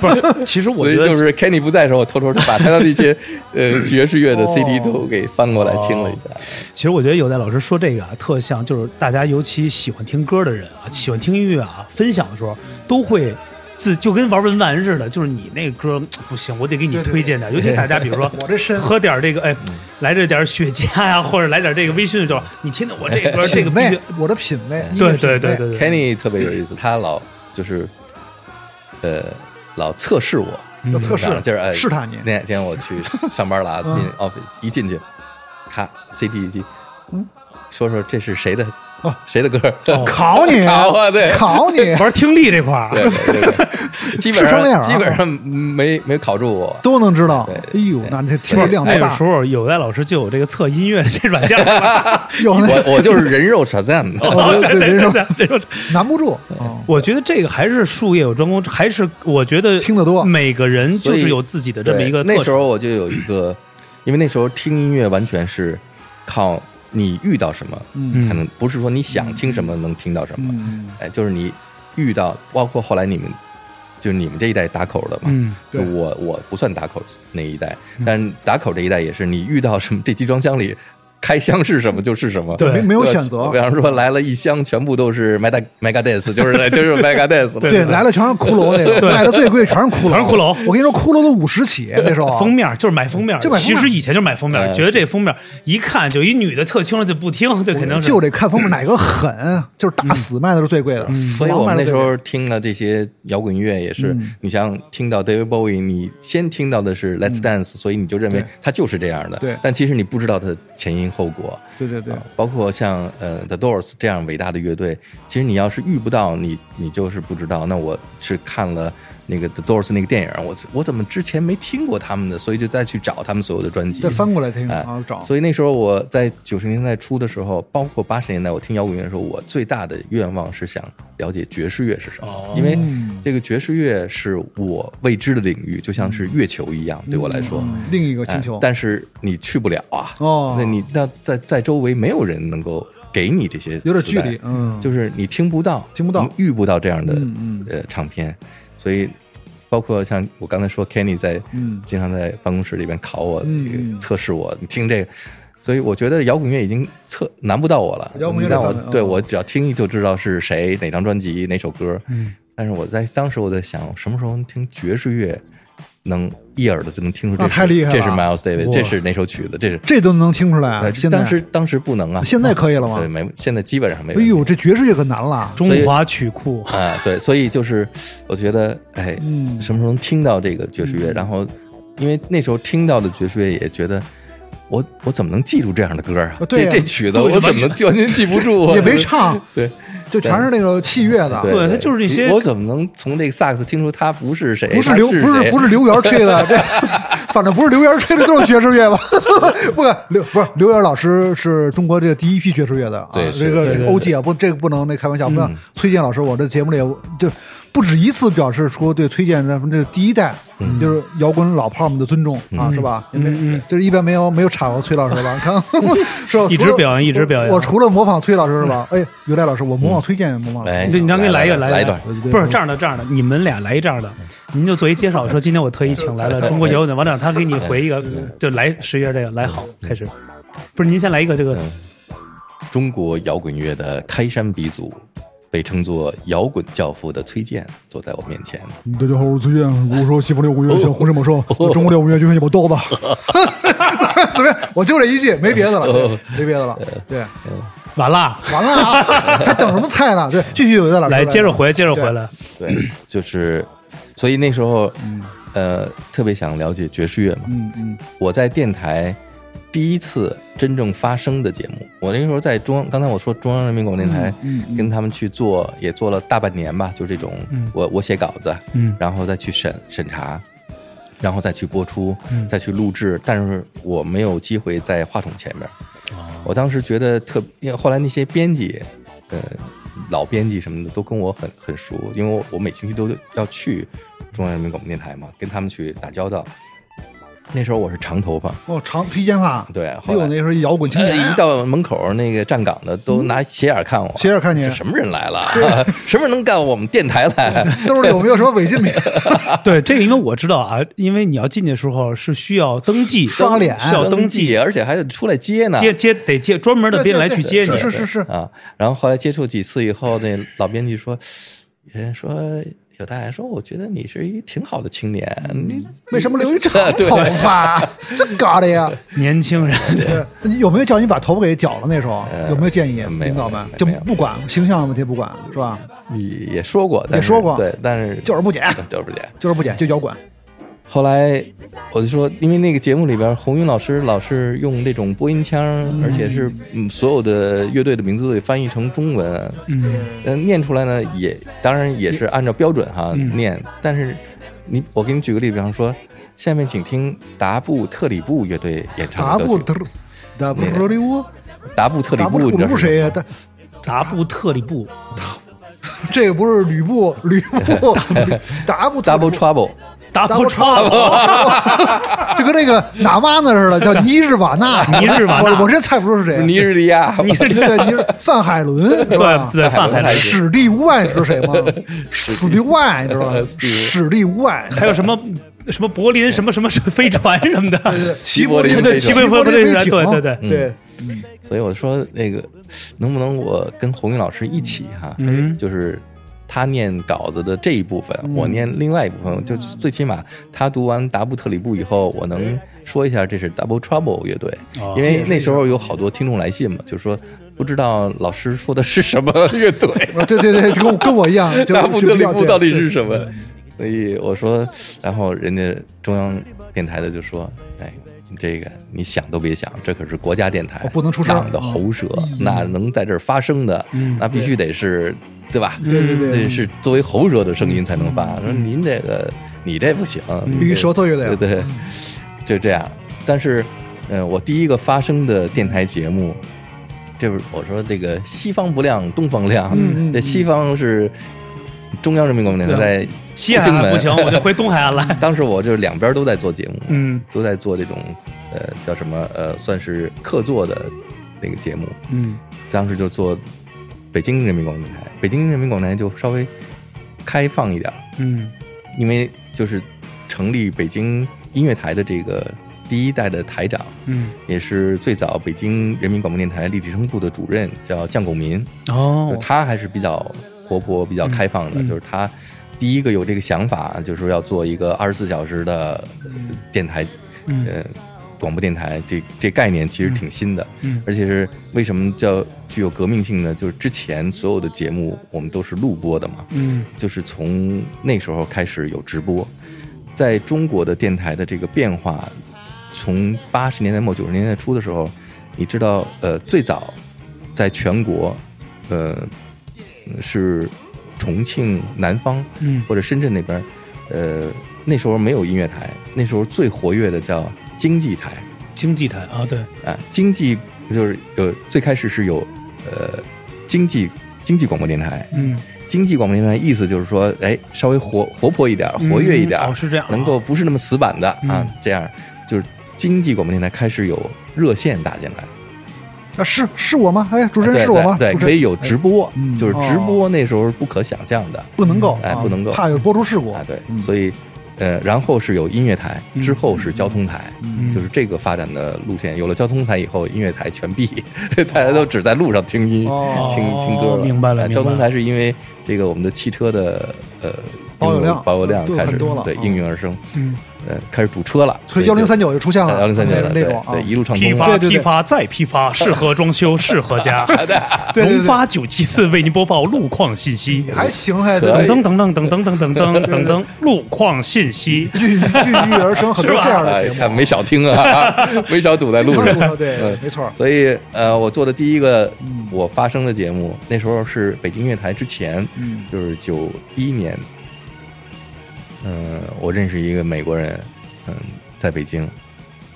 Speaker 4: 不是，其实我
Speaker 3: 所以
Speaker 4: 觉得
Speaker 3: 就是 Kenny 不在的时候，我偷偷地把他的那 些呃爵士
Speaker 5: 哦
Speaker 3: 乐的 CD 都给翻过来听了一下。
Speaker 4: 其实我觉得有戴老师说这个啊，特像就是大家尤其喜欢听歌的人啊，
Speaker 5: 嗯
Speaker 4: 喜欢听音乐啊，分享的时候都会自就跟玩文玩似的，就是你那歌嘖不行，我得给你推荐点。尤其大家比如说
Speaker 5: 我这身
Speaker 4: 喝点这个，哎，来这点雪茄呀、或者来点这个微醺，就是你听听我这歌，这个
Speaker 5: 品
Speaker 4: 必须
Speaker 5: 味，我的品
Speaker 3: 哎
Speaker 5: 味，音乐
Speaker 4: 对
Speaker 5: 品味
Speaker 4: 对对，对对，
Speaker 3: Kenny 特别有意思，他老就是呃老测试我，
Speaker 5: 要测试
Speaker 3: 就是哎
Speaker 5: 试探你
Speaker 3: 那 天我去上班了啊，进 office 一进去，咔 CD 机，嗯，说说这是谁的
Speaker 5: 哦
Speaker 3: 谁的歌？
Speaker 5: 考你，
Speaker 3: 考啊对
Speaker 5: 考 你，
Speaker 4: 玩听力这块儿，啊
Speaker 3: 对对对 对，基本
Speaker 5: 吃成那
Speaker 3: 上
Speaker 5: 样啊
Speaker 3: 基本上没没考住我。
Speaker 5: 都能知道。哎
Speaker 3: 对
Speaker 5: 呦，那这听力量
Speaker 4: 那
Speaker 5: 多
Speaker 4: 个
Speaker 5: 大
Speaker 4: 时？候有戴老师就有这个测音乐的这软件啊了。
Speaker 5: 有那
Speaker 3: 我我就是人肉 Shazam 的，
Speaker 5: 哦 对对对，
Speaker 4: 这种
Speaker 5: 难不住。哦
Speaker 4: 我觉得这个还是术业有专攻，还是我觉得
Speaker 5: 听得多
Speaker 4: 每个人就
Speaker 3: 所
Speaker 4: 是
Speaker 3: 以
Speaker 4: 有自己的这么
Speaker 3: 对
Speaker 4: 一个特
Speaker 3: 那时
Speaker 4: 长。
Speaker 3: 候我就有一个， 因为那时候听音乐完全是靠你遇到什么
Speaker 4: 嗯
Speaker 3: 才能，不是说你想听什么能听到什么，
Speaker 5: 嗯
Speaker 3: 哎，就是你遇到，包括后来你们，就是你们这一代打口的嘛，
Speaker 4: 嗯
Speaker 3: 就我我不算打口那一代，但打口这一代也是，你遇到什么，这集装箱里开箱是什么就是什么，
Speaker 4: 对
Speaker 5: 没没有
Speaker 3: 对
Speaker 5: 选择
Speaker 3: 比，方说来了一箱全部都是 Mega Megadeth，就是 就是 Megadeth，
Speaker 4: 对
Speaker 5: 对，来了全是骷髅那个，
Speaker 4: 对
Speaker 5: 卖的最贵全是骷髅，
Speaker 4: 全是骷髅
Speaker 5: 我跟你说，骷髅都五 十起那时候啊，
Speaker 4: 封面就是买封面，
Speaker 5: 就买封
Speaker 4: 其
Speaker 5: 面
Speaker 4: 实以前就买封面，
Speaker 3: 哎
Speaker 4: 觉得这封面一看就一女的特清了就不听，就肯定是
Speaker 5: 就得看封面哪个狠，就是打死卖的是最贵的，死
Speaker 3: 嗯啊所以
Speaker 5: 亡
Speaker 3: 我
Speaker 5: 卖
Speaker 3: 们那
Speaker 5: 的最
Speaker 3: 时
Speaker 5: 贵
Speaker 3: 候听了这些摇滚音乐，也是、
Speaker 5: 嗯
Speaker 3: 你像听到 David Bowie，你先听到的是 Let's Dance，、所以你就认为他就是这样的。
Speaker 5: 嗯对
Speaker 3: 但其实你不知道它的前因后果。
Speaker 5: 对对对
Speaker 3: 啊，包括像呃 The Doors 这样伟大的乐队，其实你要是遇不到你，你就是不知道。那我是看了那个 The Doors 那个电影，我我怎么之前没听过他们的，所以就再去找他们所有的专辑
Speaker 5: 再。翻过来听
Speaker 3: 哎
Speaker 5: 啊，找
Speaker 3: 所以那时候我在九十年代初的时候，包括八十年代，我听摇滚乐的时候，我最大的愿望是想了解爵士乐是什么，
Speaker 5: 哦
Speaker 3: 因为这个爵士乐是我未知的领域，就像是月球一样，对我来说。
Speaker 5: 嗯另一个
Speaker 3: 哎
Speaker 5: 星球，
Speaker 3: 但是你去不了啊！
Speaker 5: 哦
Speaker 3: 那你那在在周围没有人能够给你这些，
Speaker 5: 有点距离，，嗯，
Speaker 3: 就是你听不到，
Speaker 5: 听不到
Speaker 3: 遇不到这样的
Speaker 5: 嗯嗯
Speaker 3: 呃唱片，所以包括像我刚才说，Kenny 在
Speaker 5: 嗯
Speaker 3: 经常在办公室里边考我
Speaker 5: 嗯嗯，
Speaker 3: 测试我，你听这个。所以我觉得摇滚乐已经测难不到我了。
Speaker 5: 摇滚乐
Speaker 3: 你让我
Speaker 5: 这方面
Speaker 3: 对
Speaker 5: 嗯
Speaker 3: 我只要听就知道是谁哪张专辑哪首歌。嗯，但是我在当时我在想，什么时候能听爵士乐，能一耳朵就能听出这
Speaker 5: 那
Speaker 3: 是
Speaker 5: 太厉害了
Speaker 3: 这是 Miles David，
Speaker 4: 哇
Speaker 3: 这是哪首曲子，这是
Speaker 5: 这都能听出来啊。现在
Speaker 3: 当时当时不能啊，
Speaker 5: 现在可以了吗
Speaker 3: 对，？没现在基本上没有。
Speaker 5: 哎呦，这爵士乐可难了，
Speaker 4: 中华曲库。
Speaker 3: 啊，对，所以就是我觉得，哎，
Speaker 5: 嗯
Speaker 3: 什么时候能听到这个爵士乐？然后，因为那时候听到的爵士乐，也觉得我我怎么能记住这样的歌啊
Speaker 5: 啊？对啊
Speaker 3: 这这曲子我怎么能完全记不住啊？
Speaker 5: 也没啊唱，
Speaker 3: 对
Speaker 5: 就全是那个器乐的，
Speaker 4: 对它就是那些
Speaker 3: 我怎么能从这个萨克斯听出他不是谁？
Speaker 5: 不是
Speaker 3: 他
Speaker 5: 刘不
Speaker 3: 谁
Speaker 5: 是不是刘源吹 的，这反正不是刘源吹的都是爵士乐吧？ 不刘不是刘源老师是中国这个第一批爵士乐的啊，
Speaker 3: 对
Speaker 5: 这
Speaker 3: 是嗯对
Speaker 5: 个
Speaker 3: 对
Speaker 5: 欧弟啊，不这个不能那开玩笑，不像崔健老师，我这节目里就不止一次表示出对崔健咱们这第一代。
Speaker 3: 嗯
Speaker 5: 就是摇滚老炮儿们的尊重啊，是吧？因
Speaker 4: 嗯
Speaker 5: 为就是一般没有没有铲过崔老师吧？看， 是吧？
Speaker 4: 一直
Speaker 5: 除了
Speaker 4: 表扬一直
Speaker 5: 我
Speaker 4: 表扬
Speaker 5: 我除了模仿崔老师是吧？哎，刘代老师，我模仿崔健，也模仿
Speaker 3: 哎
Speaker 4: 对，你让给来一个，
Speaker 3: 来
Speaker 4: 来
Speaker 3: 一段。
Speaker 4: 不是这样的，这样的，你们俩来一这样的，您就做一介绍，说今天我特意请来了
Speaker 3: 来
Speaker 4: 中国摇滚的王长，他给你回一个，就
Speaker 3: 哎
Speaker 4: 来十月这个，来
Speaker 3: 嗯
Speaker 4: 好，开始。不是您先来一个这个，
Speaker 3: 中国摇滚乐的开山鼻祖，被称作摇滚教父的崔健坐在我面前。
Speaker 5: 大家好，我是崔健。如果说西方摇滚乐像洪水猛兽，
Speaker 3: 哦
Speaker 5: 中国摇滚乐就像一把 刀子。怎么样？我就这一句，没别的了，
Speaker 3: 哦
Speaker 5: 对没别的了。对，
Speaker 4: 完了，
Speaker 5: 完了啊！还等什么菜呢？对，继续有在老师
Speaker 4: 来接着回，接着回来。
Speaker 3: 对， 就是，所以那时候，呃，特别想了解爵士乐嘛。
Speaker 5: 嗯嗯，
Speaker 3: 我在电台第一次真正发声的节目，我那时候在中央，刚才我说中央人民广播电台，
Speaker 5: 嗯
Speaker 3: 跟他们去做，也做了大半年吧，就这种，我我写稿子，
Speaker 4: 嗯
Speaker 3: 然后再去审审查，然后再去播出，
Speaker 5: 嗯
Speaker 3: 再去录制，但是我没有机会在话筒前面。
Speaker 5: 哦
Speaker 3: 我当时觉得特，因为后来那些编辑，呃，老编辑什么的都跟我很很熟，因为我我每星期都要去中央人民广播电台嘛，跟他们去打交道。那时候我是长头发，
Speaker 5: 哦，长披肩发，
Speaker 3: 对
Speaker 5: 哎
Speaker 3: 后来
Speaker 5: 呦，那时候一摇滚青
Speaker 3: 呃
Speaker 5: 年，
Speaker 3: 一到门口那个站岗的都拿斜眼看我，
Speaker 5: 斜眼看你啊
Speaker 3: 这什么人来了？ 什么人能干我们电台 来？
Speaker 5: 兜里有没有什么违禁品？
Speaker 4: 对，这个因为我知道啊，因为你要进去的时候是需要登记，
Speaker 5: 刷脸
Speaker 4: 需要登记，
Speaker 3: 而且还得出来接呢。
Speaker 4: 接接得接专门的编来去接你。
Speaker 5: 对对对是是是是，
Speaker 3: 啊，然后后来接触几次以后，那老编辑说，人说有大爷说，我觉得你是一挺好的青年，你
Speaker 5: 为什么留一 长头发？这嘎的呀！
Speaker 4: 年轻人，
Speaker 5: 对你有没有叫你把头发给绞了？那时候有没有建议
Speaker 3: 呃没有
Speaker 5: 领导们
Speaker 3: 没有
Speaker 5: 就
Speaker 3: 没有
Speaker 5: 不管形象问题不管是吧？
Speaker 3: 也也说过，但是
Speaker 5: 也说过
Speaker 3: 对，但是
Speaker 5: 就是不剪
Speaker 3: 就是不减。
Speaker 5: 就是不剪就摇滚，
Speaker 3: 后来我就说，因为那个节目里边，红云老师老是用这种播音腔，而且是嗯所有的乐队的名字都得翻译成中文，
Speaker 4: 嗯，
Speaker 3: 嗯，念出来呢也当然也是按照标准哈、念，但是你我给你举个例子，比方说，下面请听达布特里布乐队演
Speaker 5: 达
Speaker 3: 唱的
Speaker 5: 布
Speaker 3: 歌曲
Speaker 5: 特，达布特里乌，
Speaker 3: 达布特里
Speaker 5: 达布
Speaker 3: 布，你
Speaker 5: 特
Speaker 3: 知
Speaker 5: 里
Speaker 3: 道
Speaker 5: 乌
Speaker 3: 是
Speaker 5: 谁啊
Speaker 3: 吗？
Speaker 5: 呀？
Speaker 4: 达
Speaker 5: 达
Speaker 4: 布特里布，
Speaker 5: 这个不是吕布，吕 布，达布特
Speaker 3: Double
Speaker 5: 里布
Speaker 3: Trouble，
Speaker 4: 达
Speaker 5: 达布
Speaker 4: 布
Speaker 5: 超
Speaker 4: 超，，
Speaker 5: 就跟那个哪妈那似的，叫尼日瓦纳，
Speaker 4: 尼日瓦纳
Speaker 5: 我我真猜不出是谁。啊
Speaker 3: 尼日利亚，
Speaker 4: 你是这
Speaker 5: 对，尼日范海伦是吧
Speaker 4: 对？对范海
Speaker 3: 对
Speaker 4: 来。
Speaker 5: 史蒂乌艾，你知道谁吗？史蒂乌艾，你 知道吗？史蒂乌艾，
Speaker 4: 还有什么什么柏林什么什么飞船什么的，
Speaker 3: 齐柏林
Speaker 4: 对
Speaker 3: 这
Speaker 4: 齐
Speaker 3: 种
Speaker 4: 柏。林
Speaker 5: 柏
Speaker 4: 飞
Speaker 5: 林
Speaker 4: 船
Speaker 5: 飞艇
Speaker 4: 对对对
Speaker 5: 对对，
Speaker 3: 所以我说那个，能不能我跟红云老师一起哈？
Speaker 4: 嗯
Speaker 3: 就是他念稿子的这一部分，我念另外一部分，就最起码他读完达布特里布以后，我能说一下这是 Double Trouble 乐队，因为那时候有好多听众来信嘛，就说不知道老师说的是什么乐队，
Speaker 5: 啊对对对，就跟我跟我一样， 就
Speaker 3: 达布
Speaker 5: 就
Speaker 3: 特
Speaker 5: 比
Speaker 3: 里
Speaker 5: 较
Speaker 3: 布
Speaker 5: 对
Speaker 3: 到底是什么？所以我说，然后人家中央电台的就说，哎。你这个你想都别想，这可是国家电台，
Speaker 5: 我哦不能出声啊
Speaker 3: 党
Speaker 5: 嗯
Speaker 3: 的喉舌，那能在这儿发声的，那必须得是，对吧？
Speaker 5: 对对对
Speaker 3: 这是作为喉舌的声音才能发。说您这个，你这不行，
Speaker 5: 驴舌头乐队
Speaker 3: 对
Speaker 5: 啊，
Speaker 3: 对，就这样。但是，呃，我第一个发声的电台节目，这不是我说这个西方不亮东方亮，
Speaker 5: 嗯嗯啊
Speaker 3: 这西方是中央人民广播电台在
Speaker 4: 西海
Speaker 3: 复兴
Speaker 4: 岸
Speaker 3: 门
Speaker 4: 不行，我就回东海岸来。
Speaker 3: 当时我就是两边都在做节目，
Speaker 4: 嗯
Speaker 3: 都在做这种呃叫什么呃，算是客座的那个节目。
Speaker 4: 嗯
Speaker 3: 当时就做北京人民广播电台，北京人民广播电台就稍微开放一点儿，
Speaker 4: 嗯
Speaker 3: 因为就是成立北京音乐台的这个第一代的台长，
Speaker 4: 嗯，
Speaker 3: 也是最早北京人民广播电台立体声部的主任，叫将拱民。就
Speaker 4: 哦，嗯
Speaker 3: 他还是比较活泼、比较开放的，就是他第一个有这个想法，就是说要做一个二十四小时的呃电台，
Speaker 4: 嗯
Speaker 3: 呃，广播电台这这概念其实挺新的，
Speaker 4: 嗯
Speaker 3: 而且是为什么叫具有革命性呢？就是之前所有的节目我们都是录播的嘛，
Speaker 4: 嗯
Speaker 3: 就是从那时候开始有直播，在中国的电台的这个变化，从八十年代末九十年代初的时候，你知道，呃，最早在全国，呃，是重庆南方
Speaker 4: 嗯
Speaker 3: 或者深圳那边，呃，那时候没有音乐台，那时候最活跃的叫经济台，
Speaker 4: 经济台啊，对，
Speaker 3: 啊，经济就是有最开始是有，呃，经济经济广播电台，
Speaker 4: 嗯，
Speaker 3: 经济广播电台意思就是说，哎，稍微活活泼一点，活跃一点，
Speaker 4: 嗯哦是这样啊
Speaker 3: 能够不是那么死板的、啊
Speaker 4: 嗯，
Speaker 3: 这样就是经济广播电台开始有热线打进来，
Speaker 5: 啊是是我吗？哎，主持人
Speaker 3: 对
Speaker 5: 是我吗？
Speaker 3: 对，
Speaker 5: 主
Speaker 3: 对
Speaker 5: 持
Speaker 3: 可以
Speaker 5: 人
Speaker 3: 有直播，
Speaker 4: 嗯
Speaker 3: 就是直播那时候是不可想象的、
Speaker 5: 不能够，
Speaker 3: 哎
Speaker 5: 啊
Speaker 3: 不能够
Speaker 5: 怕有播出事故
Speaker 4: 哦
Speaker 3: 啊，，对，
Speaker 4: 嗯
Speaker 3: 所以。呃，然后是有音乐台，之后是交通
Speaker 4: 嗯
Speaker 3: 台，就是这个发展的路线。有了交通台以后，音乐台全闭，大家都只在路上听音、
Speaker 5: 哦
Speaker 3: 听听歌了。
Speaker 4: 明白了
Speaker 3: 哎
Speaker 4: 明白了
Speaker 3: 交通台是因为这个我们的汽车的呃
Speaker 5: 保有量
Speaker 3: 保有量
Speaker 5: 对
Speaker 3: 开始
Speaker 5: 很多了
Speaker 3: 对
Speaker 5: 嗯
Speaker 3: 应运而生，
Speaker 4: 嗯，
Speaker 3: 呃，开始堵车了，
Speaker 5: 所以幺零三
Speaker 3: 九
Speaker 5: 九就出现了，
Speaker 3: 哎幺零三九
Speaker 5: 那那种啊
Speaker 3: 对，一路畅
Speaker 4: 批
Speaker 3: 通。
Speaker 4: 发
Speaker 5: 对对
Speaker 4: 批
Speaker 5: 对
Speaker 4: 发再批发，适合装修，适合家。
Speaker 5: 对哎对
Speaker 4: 荣发九七四为您播报路况信息
Speaker 5: 你。还行，还
Speaker 3: 可以
Speaker 5: 对
Speaker 4: 噔噔噔噔噔噔噔噔噔噔，路况信息。
Speaker 5: 孕孕育而生，很多
Speaker 4: 是吧
Speaker 5: 这样的
Speaker 3: 哎
Speaker 5: 节，目
Speaker 3: 看没少听啊， 没少堵在路
Speaker 5: 经常
Speaker 3: 上。
Speaker 5: 录对
Speaker 3: 嗯
Speaker 5: 没错嗯
Speaker 3: 所以呃，我做的第一个我发声的节目，那时候是北京乐台之前，
Speaker 5: 嗯
Speaker 3: 就是九一年。嗯、我认识一个美国人，嗯，在北京，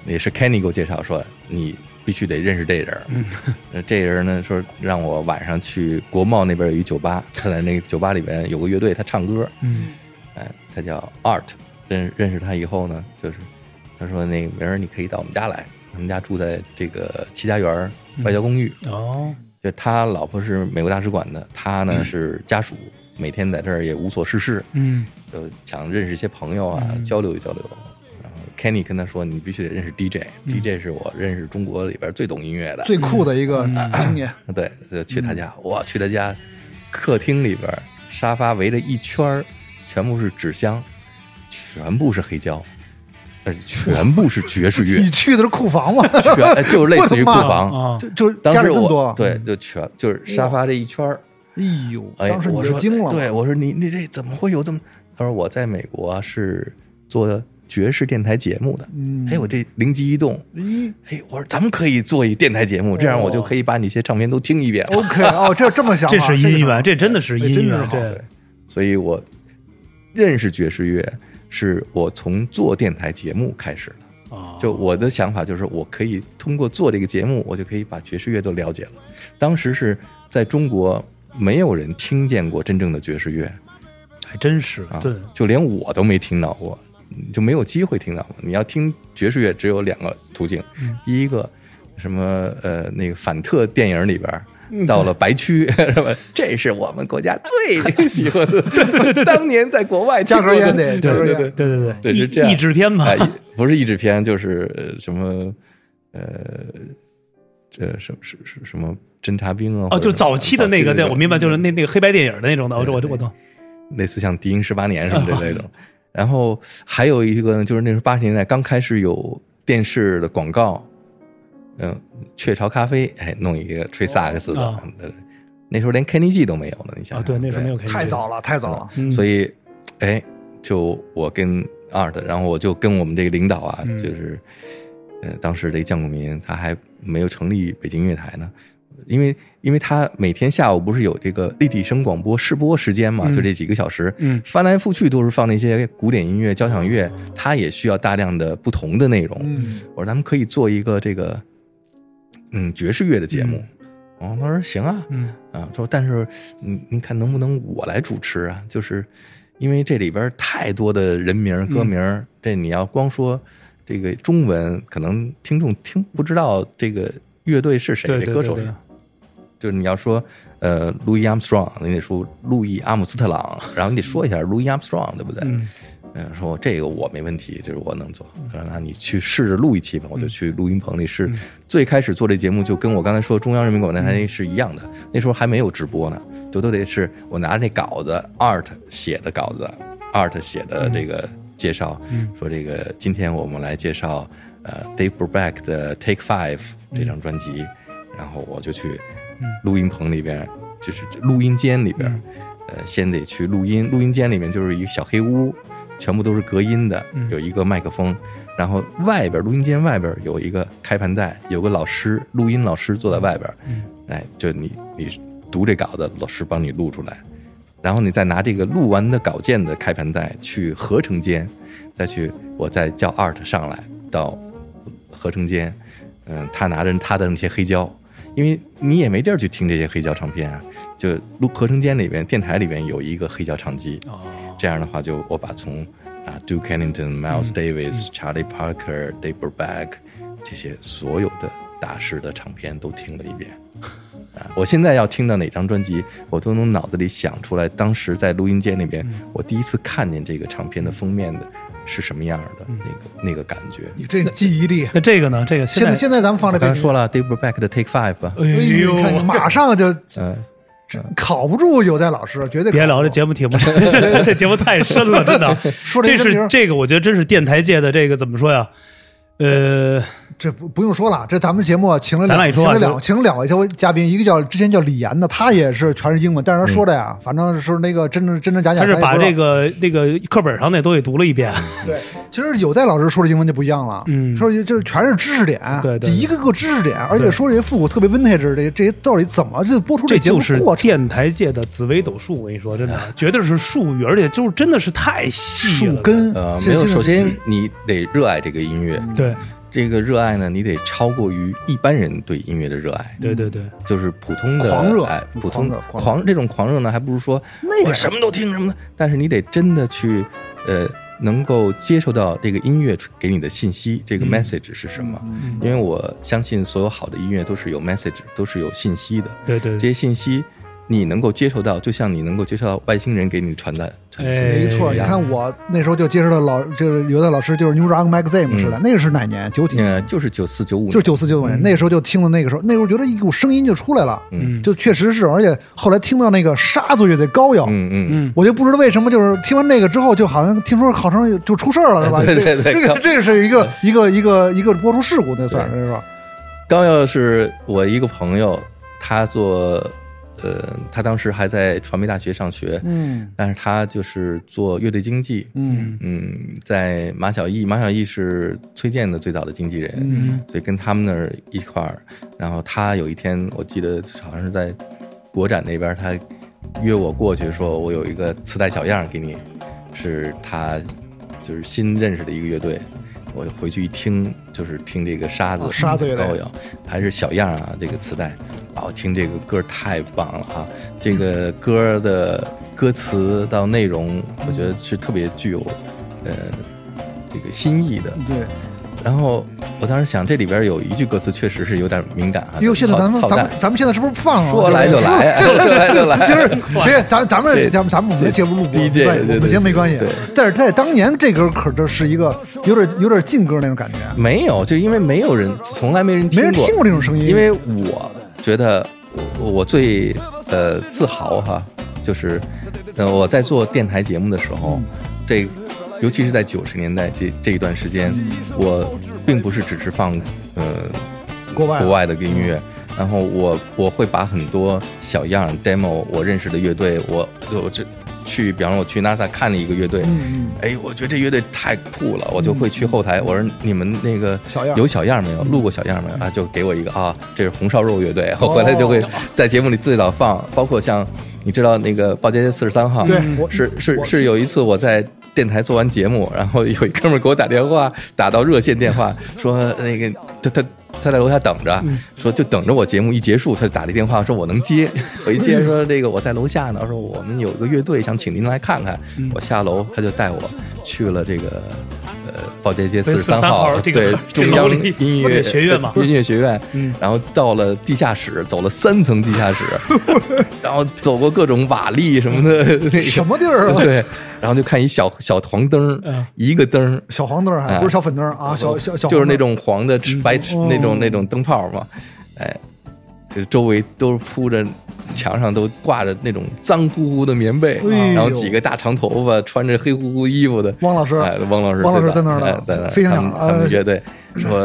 Speaker 3: 也是 Kenny 给我介绍说，你必须得认识这人儿。
Speaker 5: 嗯
Speaker 3: 呃 这人呢说让我晚上去国贸那边有一酒吧，他在那个酒吧里边有个乐队，他唱歌。
Speaker 4: 嗯
Speaker 3: 哎，他叫 Art，认认识他以后呢，就是他说那个明儿你可以到我们家来，我们家住在这个齐家园儿外交公寓，
Speaker 4: 哦，
Speaker 3: 就他老婆是美国大使馆的，他呢是家属，每天在这儿也无所事事，
Speaker 4: 嗯
Speaker 3: 就想认识一些朋友啊，交流一交流。然后 Kenny 跟他说，你必须得认识 DJ，DJ 是我认识中国里边最懂音乐的，
Speaker 5: 最酷的一个
Speaker 3: 嗯
Speaker 5: 青年，
Speaker 3: 对，就去
Speaker 5: 嗯
Speaker 3: 他家，哇，去他家客厅里边沙发围了一圈儿，全部是纸箱，全部是黑胶，而且全部是爵士乐
Speaker 5: 你，去的是库房吗？
Speaker 3: 全哎就是类似于库
Speaker 5: 我的妈
Speaker 3: 房。
Speaker 4: 啊，
Speaker 5: 就就
Speaker 3: 当
Speaker 5: 家里
Speaker 3: 时
Speaker 5: 这么
Speaker 3: 我
Speaker 5: 多，
Speaker 3: 对，就全就是沙发这一圈儿，
Speaker 5: 哎呦，
Speaker 3: 哎，
Speaker 5: 当时你
Speaker 3: 我
Speaker 5: 就
Speaker 3: 说
Speaker 5: 惊了，
Speaker 3: 啊对，我说你你这怎么会有这么？他说我在美国是做爵士电台节目的，
Speaker 5: 嗯
Speaker 3: 哎，我这灵机一动，哎，我说咱们可以做一电台节目，这样
Speaker 5: 哦
Speaker 3: 我就可以把你这些唱片都听一遍。
Speaker 5: OK，哦，这这么想法，
Speaker 4: 这是姻缘，
Speaker 5: 这
Speaker 4: 这真的是啊姻
Speaker 5: 真是
Speaker 4: 缘
Speaker 5: 好，
Speaker 4: 这
Speaker 3: 所以我认识爵士乐是我从做电台节目开始的。就我的想法就是，我可以通过做这个节目，我就可以把爵士乐都了解了。当时是在中国没有人听见过真正的爵士乐，
Speaker 4: 还真是
Speaker 3: 啊，
Speaker 4: 对，
Speaker 3: 就连我都没听到过，你就没有机会听到过。你要听爵士乐，只有两个途径，第一个什么呃那个反特电影里边儿。到了白区，是吧？这是我们国家最喜欢的，当年在国外
Speaker 5: 加根
Speaker 3: 听过
Speaker 5: 烟
Speaker 3: 的
Speaker 5: 得，加根烟，
Speaker 4: 对对对
Speaker 3: 对
Speaker 4: 译
Speaker 3: 是这样
Speaker 4: 译制片嘛
Speaker 3: 哎，不是译制片，就是呃什么呃，这什么什什什么侦察兵啊？
Speaker 4: 哦，
Speaker 3: 或者
Speaker 4: 就早期的那个，
Speaker 3: 早
Speaker 4: 对我明白，就是
Speaker 3: 嗯
Speaker 4: 那那个黑白电影的那种的，我我
Speaker 3: 对
Speaker 4: 我懂，
Speaker 3: 类似像《敌营十八年》什么之类
Speaker 4: 啊
Speaker 3: 的。然后还有一个呢，就是那时候八十年代刚开始有电视的广告，嗯、雀巢咖啡，哎，弄一个吹萨克斯的，
Speaker 4: 啊
Speaker 3: 嗯那时候连 Kenny G 都没有呢，你想想
Speaker 4: 啊，对，那时候没有开
Speaker 5: 太早了，太早了。
Speaker 4: 嗯
Speaker 3: 所以，哎，就我跟 Art，然后我就跟我们这个领导啊，
Speaker 4: 嗯
Speaker 3: 就是，呃，当时这个江国民他还没有成立北京音乐台呢，因为因为他每天下午不是有这个立体声广播试播时间嘛，就这几个小时，
Speaker 4: 嗯哦
Speaker 3: 翻来覆去都是放那些古典音乐、交响乐，他也需要大量的不同的内容。
Speaker 5: 嗯，
Speaker 3: 我说咱们可以做一个这个，嗯，爵士乐的节目。哦，他说行啊，
Speaker 4: 嗯
Speaker 3: 啊，说但是你你看能不能我来主持啊？就是因为这里边太多的人名儿、歌名儿，
Speaker 4: 嗯
Speaker 3: 这你要光说这个中文，可能听众听不知道这个乐队是谁，
Speaker 4: 对
Speaker 3: 这
Speaker 4: 对
Speaker 3: 歌
Speaker 4: 对
Speaker 3: 手
Speaker 4: 对
Speaker 3: 是就是你要说，呃，路易阿姆斯特朗，你得说路易阿姆斯特朗，然后你得说一下路易阿姆斯特朗，对不对？嗯，说这个我没问题，这是我能做。说那你去试着录一期吧，我就去录音棚里试。最开始做这节目就跟我刚才说中央人民广播电台是一样的，那时候还没有直播呢，就都得是我拿那稿子，art 写的稿子，art 写的这个介绍，说这个今天我们来介绍呃 Dave Brubeck 的《Take Five》这张专辑。然后我就去录音棚里边，就是录音间里边，呃，先得去录音。录音间里面就是一个小黑屋，全部都是隔音的，有一个麦克风，然后外边录音间外边有一个开盘带，有个老师，录音老师坐在外边，哎，就你你读这稿子，老师帮你录出来，然后你再拿这个录完的稿件的开盘带去合成间，再去我再叫 Art 上来到合成间，嗯，他拿着他的那些黑胶，因为你也没地儿去听这些黑胶唱片啊，就录合成间里边电台里边有一个黑胶唱机，这样的话就我把从啊 Duke Ellington、Miles Davis、Charlie Parker、Dave Brubeck 这些所有的大师的唱片都听了一遍。啊我现在要听到哪张专辑，我都能脑子里想出来。当时在录音间里边，我第一次看见这个唱片的封面的是什么样的那个那个感觉。
Speaker 5: 你这记忆力，
Speaker 4: 那这个呢？这个
Speaker 5: 现在现在咱们放这
Speaker 3: 我刚
Speaker 5: 个
Speaker 3: 才，说了 Dave Brubeck 的 Take Five 吧，
Speaker 4: 哎
Speaker 5: 哎
Speaker 4: 呦
Speaker 5: 呦，，看你马上就
Speaker 3: 嗯，
Speaker 5: 考不住有代老师，绝对
Speaker 4: 别
Speaker 5: 考不
Speaker 4: 聊这
Speaker 5: 住
Speaker 4: 节目题目，这这这节目太深了，真的。
Speaker 5: 说这
Speaker 4: 这
Speaker 5: 真名
Speaker 4: 是
Speaker 5: 儿
Speaker 4: 这个，我觉得真是电台界的这个怎么说呀？呃，
Speaker 5: 这不不用说了，这咱们节目请了
Speaker 4: 咱俩
Speaker 5: 两
Speaker 4: 一说
Speaker 5: 请
Speaker 4: 啊
Speaker 5: 了
Speaker 4: 就
Speaker 5: 两请了两位嘉宾，一个叫之前叫李岩的，他也是全是英文，但是他说的呀，反正是那个真真真真假
Speaker 4: 嗯
Speaker 5: 假，
Speaker 4: 他是
Speaker 5: 咱也
Speaker 4: 把
Speaker 5: 不知道
Speaker 4: 这个那个课本上那东西读了一遍，
Speaker 5: 对，其实有代老师说的英文就不一样了，
Speaker 4: 嗯
Speaker 5: 说的就是全是知识点，
Speaker 4: 对对
Speaker 5: 就一个个知识点，而且说这些复古特别 vintage 这些这些到底怎么就播出
Speaker 4: 这
Speaker 5: 节目
Speaker 4: 就是
Speaker 5: 过程？
Speaker 4: 电台界的紫微斗数。我跟你说，真 的，绝对是术语，而且就是真的是太细
Speaker 5: 树
Speaker 4: 了。
Speaker 5: 根
Speaker 3: 呃，
Speaker 5: 这
Speaker 3: 没有。
Speaker 5: 这嗯
Speaker 3: 首先，你得热爱这个音乐，
Speaker 4: 对
Speaker 3: 这个热爱呢，你得超过于一般人对音乐的热爱，
Speaker 4: 对对对，
Speaker 3: 就是普通的
Speaker 5: 狂热
Speaker 3: 哎，普通
Speaker 5: 狂热狂热
Speaker 3: 这种狂热呢，还不如说
Speaker 5: 那
Speaker 3: 我
Speaker 5: 个
Speaker 3: 什么都听什么的，但是你得真的去，呃，能够接受到这个音乐给你的信息，这个
Speaker 5: 嗯
Speaker 3: message 是什么？因为我相信所有好的音乐都是有 message，都是有信息的。
Speaker 4: 对对
Speaker 3: 这
Speaker 4: 对，
Speaker 3: 些信息你能够接受到，就像你能够接受到外星人给你传达传达信息
Speaker 4: 哎
Speaker 5: 没错，
Speaker 3: 一
Speaker 5: 你
Speaker 3: 样
Speaker 5: 看我那时候就接触到老，就是有代老师就是 New Rock Magazine
Speaker 3: 嗯
Speaker 5: 似的，那个是哪年？九几年，
Speaker 3: 呃，就是九四九五，
Speaker 5: 就是九四九五年，那时候就听了那个时候，那时候觉得一股声音就出来了，
Speaker 4: 嗯
Speaker 5: 就确实是，而且后来听到那个沙子乐队高谣，
Speaker 3: 嗯嗯
Speaker 4: 嗯，
Speaker 5: 我就不知道为什么，就是听完那个之后，就好像听说好像就出事儿了，是吧？
Speaker 3: 对对对
Speaker 5: 这个这个是一个一个一个一个播出事故，那算是是吧？
Speaker 3: 高耀是我一个朋友，他做呃，他当时还在传媒大学上学，
Speaker 5: 嗯
Speaker 3: 但是他就是做乐队经济，
Speaker 5: 嗯
Speaker 3: 嗯，在马小艺，马小艺是崔健的最早的经纪人，
Speaker 5: 嗯
Speaker 3: 所以跟他们那儿一块儿。然后他有一天，我记得好像是在国展那边，他约我过去，说我有一个磁带小样给你，是他就是新认识的一个乐队。我回去一听，就是听这个沙子
Speaker 5: 哦，沙子乐队
Speaker 3: 高瑶，还是小样啊，这个磁带。哦，听这个歌太棒了啊！这个歌的歌词到内容，我觉得是特别具有，呃，这个新意的。
Speaker 5: 对，
Speaker 3: 然后我当时想，这里边有一句歌词确实是有点敏感啊。
Speaker 5: 哟，现在咱们
Speaker 3: 操
Speaker 5: 咱
Speaker 3: 蛋
Speaker 5: 们，咱们现在是不是放了？
Speaker 3: 说来就 来，说来就来。
Speaker 5: 今儿别，咱咱们
Speaker 3: 这
Speaker 5: 咱们咱们我们节目录播，
Speaker 3: DJ
Speaker 5: 对
Speaker 3: 对
Speaker 5: 我们
Speaker 3: 对
Speaker 5: 节目没关系
Speaker 3: 对。
Speaker 5: 但是在当年，这歌可就是一个有点有点劲歌那种感觉，
Speaker 3: 没有，就因为没有人，从来没人
Speaker 5: 没
Speaker 3: 听
Speaker 5: 人听过这种声音。
Speaker 3: 因为我觉得我我最呃自豪哈，就是呃我在做电台节目的时
Speaker 5: 嗯
Speaker 3: 候，这尤其是在九十年代这这一段时间，我并不是只是放呃
Speaker 5: 国外
Speaker 3: 国外的音乐。
Speaker 5: 嗯
Speaker 3: 然后我我会把很多小样儿 demo 我认识的乐队，我我这去，比方说我去 NASA 看了一个乐队，
Speaker 5: 嗯
Speaker 3: 哎，我觉得这乐队太酷了，我就会去后台，我说你们那个
Speaker 5: 小样儿嗯
Speaker 3: 有小样儿没有？录过小样儿没有啊？就给我一个啊，这是红烧肉乐
Speaker 5: 哦
Speaker 3: 队，我回来就会在节目里最早放，包括像你知道那个鲍家街四十三号，
Speaker 5: 对我
Speaker 3: 是是
Speaker 5: 我
Speaker 3: 是有一次我在。电台做完节目，然后有一哥们儿给我打电话，打到热线电话，说那个他他他在楼下等着，说就等着我节目一结束，他就打了一电话说我能接，我一接说这个我在楼下呢，说我们有一个乐队想请您来看看，我下楼他就带我去了这个呃报街街四十三
Speaker 4: 43
Speaker 3: 号
Speaker 4: 号这个
Speaker 3: 对
Speaker 4: 这
Speaker 3: 中
Speaker 4: 个
Speaker 3: 央
Speaker 4: 楼里
Speaker 3: 音
Speaker 4: 音
Speaker 3: 乐
Speaker 4: 乐学院嘛
Speaker 3: 对音乐学院
Speaker 4: 嗯，
Speaker 3: 然后到了地下室，走了三层地下室，然后走过各种瓦砾什么的，那个
Speaker 5: 什么地儿啊？
Speaker 3: 对，然后就看一小小黄灯
Speaker 4: 嗯
Speaker 3: 儿，一个灯儿，
Speaker 5: 小黄灯儿还
Speaker 3: 哎
Speaker 5: 不是小粉灯儿啊，小小小
Speaker 3: 就是那
Speaker 5: 黄灯儿嗯哦
Speaker 3: 种黄的白那种那种灯泡嘛，哎，这周围都是铺着。墙上都挂着那种脏乎乎的棉被，
Speaker 5: 哎呦
Speaker 3: 然后几个大长头发、穿着黑乎乎衣服的
Speaker 5: 汪老师
Speaker 3: 哎，汪老师，
Speaker 5: 汪老师
Speaker 3: 对吧
Speaker 5: 在那儿呢
Speaker 3: 哎在那儿
Speaker 5: 飞行
Speaker 3: 他
Speaker 5: 长
Speaker 3: 们他
Speaker 5: 呃
Speaker 3: 们乐队说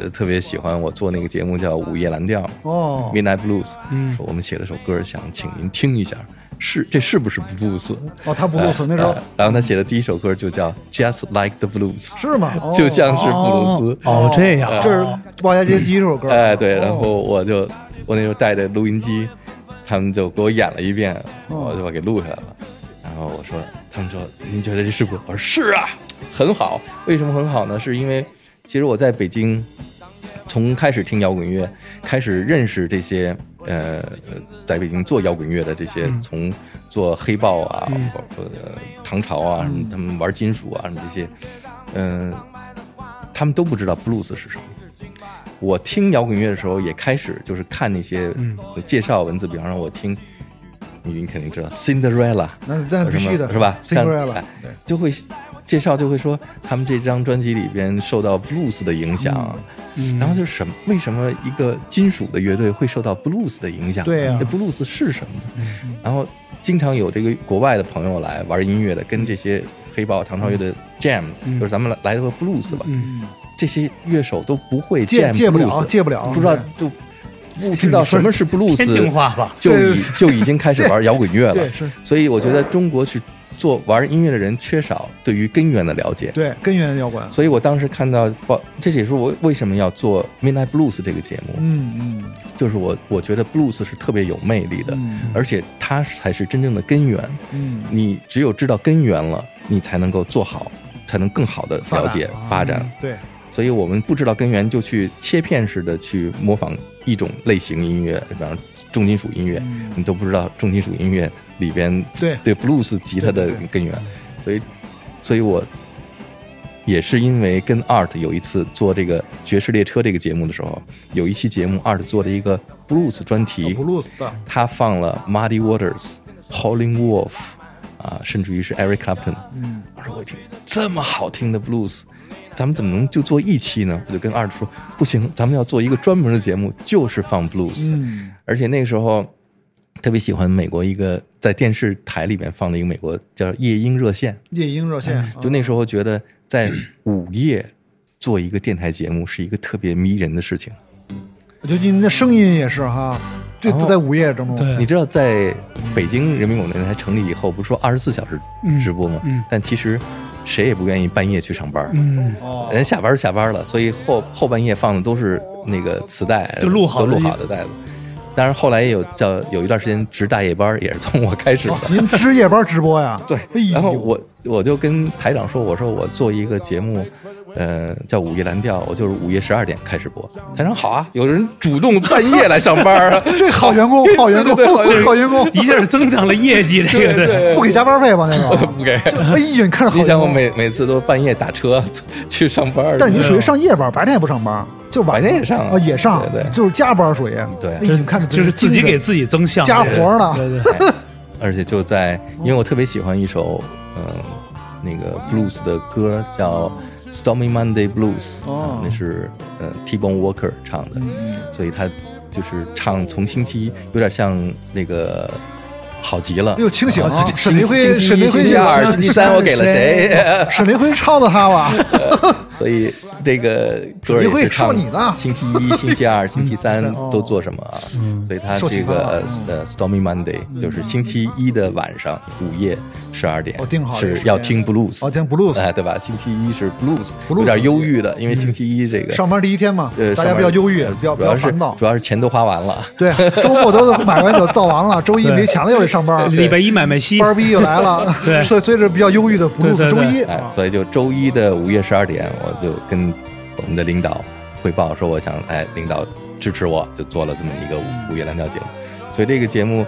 Speaker 3: 呃特别喜欢我做那个节目叫《午夜蓝调》
Speaker 5: 哦
Speaker 3: （Midnight Blues），说我们写了首歌，想请您听一下，是这是不是 blues？
Speaker 5: 哦，他不露
Speaker 3: 哎
Speaker 5: 损那时候
Speaker 3: 哎然后他写的第一首歌就叫《Just Like the Blues》，
Speaker 5: 是吗？哦
Speaker 3: 就像是布鲁斯。
Speaker 4: 哦，这样，
Speaker 5: 这是鲍家街第一首歌。
Speaker 3: 哎，对，然
Speaker 5: 哦
Speaker 3: 后我就我那时候带着录音机，他们就给我演了一遍，
Speaker 5: 哦
Speaker 3: 我就把给录下来了。然后我说，他们说您觉得这是不是？我说是啊，很好。为什么很好呢？是因为其实我在北京从开始听摇滚乐，开始认识这些呃，在北京做摇滚乐的这些，
Speaker 5: 嗯
Speaker 3: 从做黑豹啊，包括呃唐朝啊，
Speaker 5: 嗯
Speaker 3: 什么他们玩金属啊，什么这些，嗯、他们都不知道 blues 是什么。我听摇滚乐的时候，也开始就是看那些
Speaker 5: 嗯
Speaker 3: 介绍文字，比方说我听，你你肯定知道 Cinderella，
Speaker 5: 那那必须
Speaker 3: 什
Speaker 5: 的
Speaker 3: 么是吧像
Speaker 5: ？Cinderella，
Speaker 3: 哎就会介绍就会说他们这张专辑里边受到 blues 的影响，
Speaker 5: 嗯
Speaker 3: 然后就是什么为什么一个金属的乐队会受到 blues 的影响？
Speaker 5: 对啊嗯
Speaker 3: 这 blues 是什么？然后经常有这个国外的朋友来玩音乐的，跟这些黑豹、唐朝乐
Speaker 5: 嗯
Speaker 3: 队 jam，、就是咱们来来个 blues 吧，这些乐手都不会
Speaker 5: 戒
Speaker 3: jam
Speaker 5: 戒不
Speaker 3: blues，
Speaker 5: 了，啊戒不了，
Speaker 3: 不知道就不知道什么是 blues，
Speaker 4: 天津话吧？
Speaker 3: 就
Speaker 5: 对
Speaker 3: 已就已经开始玩摇滚乐了
Speaker 5: 对。是，
Speaker 3: 所以我觉得中国是做玩音乐的人缺少对于根源的了解。
Speaker 5: 对根源摇滚。
Speaker 3: 所以我当时看到报，这也是我为什么要做《Midnight Blues》这个节目，
Speaker 5: 嗯嗯
Speaker 3: 就是我我觉得 blues 是特别有魅力的，
Speaker 5: 嗯
Speaker 3: 而且它才是真正的根源。
Speaker 5: 嗯，
Speaker 3: 你只有知道根源了，你才能够做好，才能更好的了解发展。
Speaker 5: 对，
Speaker 3: 所以我们不知道根源，就去切片式的去模仿一种类型音乐，比方重金属音乐，
Speaker 5: 嗯
Speaker 3: 你都不知道重金属音乐里边
Speaker 5: 对
Speaker 3: 对 blues 吉他的
Speaker 5: 对对
Speaker 3: 根源，所以，所以我也是因为跟 Art 有一次做这个爵士列车这个节目的时候，有一期节目 Art 做了一个 blues 专题，
Speaker 5: 布鲁斯的，
Speaker 3: 他放了 Muddy Waters、Howlin' Wolf 啊，甚至于是 Eric Clapton。
Speaker 5: 嗯，
Speaker 3: 我说我听这么好听的 blues，咱们怎么能就做一期呢？我就跟二叔说，不行，咱们要做一个专门的节目，就是放 blues。
Speaker 5: 嗯
Speaker 3: 而且那个时候特别喜欢美国一个在电视台里面放了一个美国叫夜莺热线，
Speaker 5: 夜莺热线，
Speaker 3: 哎
Speaker 5: 啊
Speaker 3: 就那时候觉得在午夜做一个电台节目是一个特别迷人的事情。
Speaker 5: 我觉得你那声音也是哈，对，在午夜当中，
Speaker 4: 对
Speaker 3: 你知道在北京人民广播电台成立以后，不是说二十四小时直播吗？
Speaker 4: 嗯
Speaker 3: 但其实谁也不愿意半夜去上班，
Speaker 4: 嗯，
Speaker 5: 哦，
Speaker 3: 人下班儿下班儿了，所以后后半夜放的都是那个磁带，
Speaker 4: 就录好的
Speaker 3: 都录好的带子。当然后来也有叫有一段时间值大夜班儿，也是从我开始的。
Speaker 5: 您值夜班直播呀？哎
Speaker 3: 对，
Speaker 5: 呦
Speaker 3: 然后我我就跟台长说，我说我做一个节目，呃，叫《午夜蓝调》，我就是午夜十二点开始播。台长好啊，有人主动半夜来上班儿啊，
Speaker 5: 这 好员工，好员工
Speaker 3: 对对对好员，工
Speaker 5: 好 员工，
Speaker 4: 一下增长了业绩，这个对，
Speaker 5: 不给加班费吗？那 个
Speaker 3: 不给。
Speaker 5: 哎呀，你看着好
Speaker 3: 你
Speaker 5: 员
Speaker 3: 想我
Speaker 5: 工，
Speaker 3: 每每次都半夜打车 去上班儿，
Speaker 5: 但是你属于上夜班，白天也不上班，就晚
Speaker 3: 白天也上啊
Speaker 5: 啊，也上，
Speaker 3: 对对
Speaker 5: 就是加班属于。
Speaker 3: 对
Speaker 5: 哎你看着
Speaker 4: 就是自己
Speaker 5: 精神
Speaker 4: 给自己增项，
Speaker 5: 加活呢
Speaker 4: 对对对，
Speaker 3: 而且就在，因为我特别喜欢一首嗯、那个 blues 的歌叫《Stormy Monday Blues、
Speaker 5: 哦嗯
Speaker 3: 啊那是呃 T-Bone Walker 唱的，所以他就是唱从星期一有点像那个好极了，
Speaker 5: 又哎清醒了
Speaker 4: 哦
Speaker 3: 啊，
Speaker 5: 沈凌辉，
Speaker 3: 星期一
Speaker 5: 沈凌辉
Speaker 3: 星期二星期三我给了谁？
Speaker 5: 沈凌辉抄的他 吧？
Speaker 3: 所以这个歌
Speaker 5: 你
Speaker 3: 也
Speaker 5: 会
Speaker 3: 是唱
Speaker 5: 说你嗯呢
Speaker 3: 星期一、星期二、星期三都做什么啊？所以他
Speaker 5: 哦嗯受
Speaker 3: 这
Speaker 5: 启发
Speaker 3: 个
Speaker 5: 了嗯
Speaker 3: 呃 Stormy Monday 就是星期一的晚上午夜十二点
Speaker 5: 我哦定好了
Speaker 3: 是
Speaker 5: 时间
Speaker 3: 要听 blues，
Speaker 5: 哦，听 blues，
Speaker 3: 哎，对吧？星期一是 blues，
Speaker 5: blues 嗯
Speaker 3: 有点忧郁的，因为星期一这个
Speaker 5: 上班第一天嘛
Speaker 3: 呃，
Speaker 5: 大家
Speaker 3: 上班
Speaker 5: 不要忧郁
Speaker 3: 呃，
Speaker 5: 不要不
Speaker 3: 主
Speaker 5: 要
Speaker 3: 要是
Speaker 5: 烦躁
Speaker 3: 主。要是钱都花完了，
Speaker 5: 对，周末都买完酒造完 了，周一没钱了又得上班，
Speaker 4: 礼拜一买卖息，
Speaker 5: 班逼又来了，
Speaker 4: 对
Speaker 5: 所以所以这比较忧郁的 blues
Speaker 4: 对对
Speaker 5: 周
Speaker 4: 对
Speaker 5: 一
Speaker 3: 哎
Speaker 5: 啊，
Speaker 3: 所以就周一的午夜十二点，我就跟我们的领导汇报说，我想哎，领导支持我，就做了这么一个
Speaker 5: 嗯
Speaker 3: 午午夜蓝调节目。所以这个节目，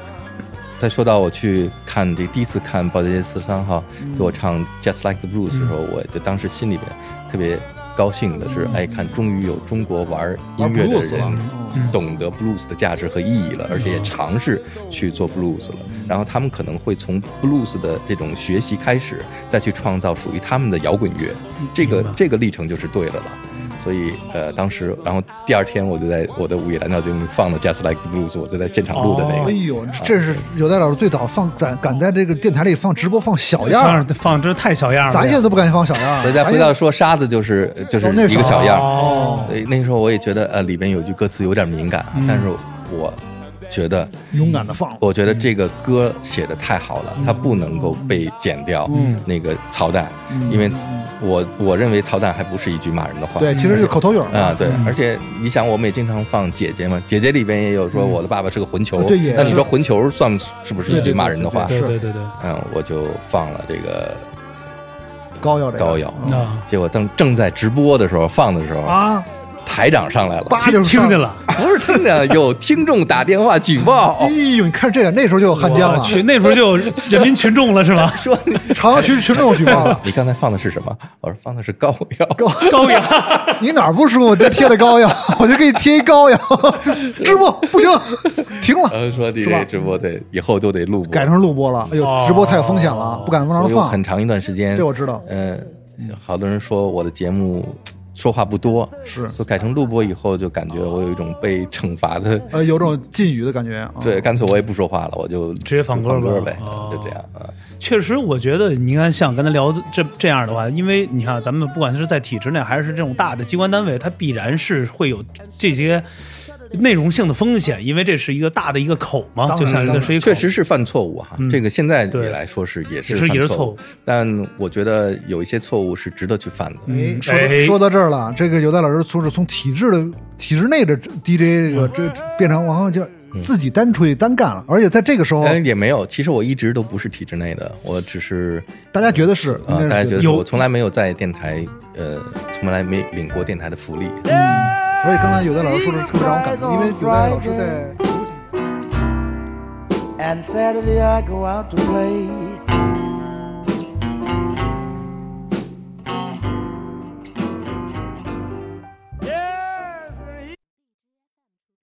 Speaker 3: 再说到我去看这第一次看鲍杰四十三号给我唱《Just Like the Blues》的时候，我就当时心里边特别高兴的是，哎，看终于有中国玩音乐的
Speaker 5: 玩 blues 了
Speaker 3: 人懂得 blues 的价值和意义了，而且也尝试去做 blues 了。然后他们可能会从 blues 的这种学习开始，再去创造属于他们的摇滚乐。这个这个历程就是对的了。所以，呃，当时，然后第二天我就在我的午夜蓝调节目里放了《Just Like the Blues》，我就在现场录的那
Speaker 5: 哦
Speaker 3: 个。
Speaker 5: 哎呦，这是有戴老师最早放敢敢在这个电台里放直播放小样
Speaker 4: 放
Speaker 5: 儿，
Speaker 4: 放这太小样了，
Speaker 5: 咱现在都不敢放小样儿。哎
Speaker 3: 所以再
Speaker 5: 咱
Speaker 3: 回
Speaker 5: 现
Speaker 3: 到
Speaker 5: 在
Speaker 3: 说沙子就是就是
Speaker 5: 哦那
Speaker 3: 一个小样儿。
Speaker 4: 哦，
Speaker 3: 所以那个时候我也觉得，呃，里边有句歌词有点敏感
Speaker 5: 嗯
Speaker 3: 啊，但是我觉得
Speaker 5: 勇敢的放，
Speaker 3: 我觉得这个歌写的太好了，它不能够被剪掉。
Speaker 5: 嗯
Speaker 3: 那个操蛋，因为我我认为操蛋还不是一句骂人的话。
Speaker 4: 嗯
Speaker 5: 对，其实就是口嗯头语儿
Speaker 3: 啊，对，而且你想，我们也经常放姐姐嘛，姐姐里边也有说我的爸爸是个混球
Speaker 5: 嗯对也，
Speaker 3: 那你说混球算是不是一
Speaker 5: 对
Speaker 3: 句骂人的话？
Speaker 4: 对
Speaker 5: 是
Speaker 4: 对对对，
Speaker 3: 嗯，我就放了这个
Speaker 5: 高腰这个
Speaker 3: 高瑶，
Speaker 4: 啊，
Speaker 3: 结果正正在直播的时候放的时候，
Speaker 5: 啊，
Speaker 3: 台长上来了，
Speaker 5: 叭就
Speaker 4: 听
Speaker 5: 上
Speaker 4: 见。了，
Speaker 3: 不是听见了 有听众打电话举报
Speaker 5: 哎，呦，你看这个，那时候就有汉奸
Speaker 4: 我
Speaker 5: 了，
Speaker 4: 去，那时候就有人民群众了是 吧？
Speaker 3: 说你
Speaker 5: 朝阳区群众举 报了。
Speaker 3: 你刚才放的是什么？我说放的是高瑶。
Speaker 4: 高雅，
Speaker 5: 你哪儿不舒服就贴的膏药， 我就给你贴一膏药。 直播不行，停了，
Speaker 3: 呃，说你
Speaker 5: 是吧
Speaker 3: 这直播对，以后都得录播，
Speaker 5: 改成录播了。
Speaker 4: 哦
Speaker 5: 哎呦，直播太有风险了，不敢往
Speaker 3: 所以
Speaker 5: 上
Speaker 3: 我
Speaker 5: 放。
Speaker 3: 很长一段时间，
Speaker 5: 这我知道
Speaker 3: 嗯、好多人说我的节目说话不多，
Speaker 5: 是
Speaker 3: 就改成录播以后，就感觉我有一种被惩罚的。
Speaker 5: 呃，有种禁语的感觉啊。
Speaker 3: 对，，干脆我也不说话了，我就
Speaker 4: 直接放
Speaker 3: 就
Speaker 4: 歌吧
Speaker 3: 歌呗，
Speaker 4: 哦
Speaker 3: 就这样啊。
Speaker 4: 确实，我觉得你看，像刚才聊这这样的话，因为你看，咱们不管是在体制内还是这种大的机关单位，它必然是会有这些内容性的风险，因为这是一个大的一个口嘛，
Speaker 5: 当然
Speaker 4: 就像
Speaker 5: 当
Speaker 4: 这
Speaker 5: 然
Speaker 4: 是一个口嗯
Speaker 3: 确实是犯错误哈，这个现在你
Speaker 4: 对
Speaker 3: 来说是也是
Speaker 4: 也是也是
Speaker 3: 犯
Speaker 4: 错
Speaker 3: 误
Speaker 4: 误，
Speaker 3: 但我觉得有一些错误是值得去犯的。
Speaker 5: 哎，说
Speaker 4: 哎
Speaker 5: 到说到这儿了，这个有戴老师从是从体制的体制内的 DJ 这个这变成王浩就
Speaker 3: 嗯
Speaker 5: 自己单出去单干了，而且在这个时候，
Speaker 3: 但也没有，其实我一直都不是体制内的，我只是
Speaker 5: 大家觉得是，
Speaker 3: 啊、
Speaker 5: 应
Speaker 3: 大
Speaker 5: 该
Speaker 3: 家
Speaker 5: 是
Speaker 3: 觉
Speaker 4: 有
Speaker 3: 得说我从来没有在电台，呃，从来没领过电台的福利。
Speaker 5: 而且刚才有戴老师说的特别让我感动，因为有戴老师在
Speaker 6: And Saturday I go out to play.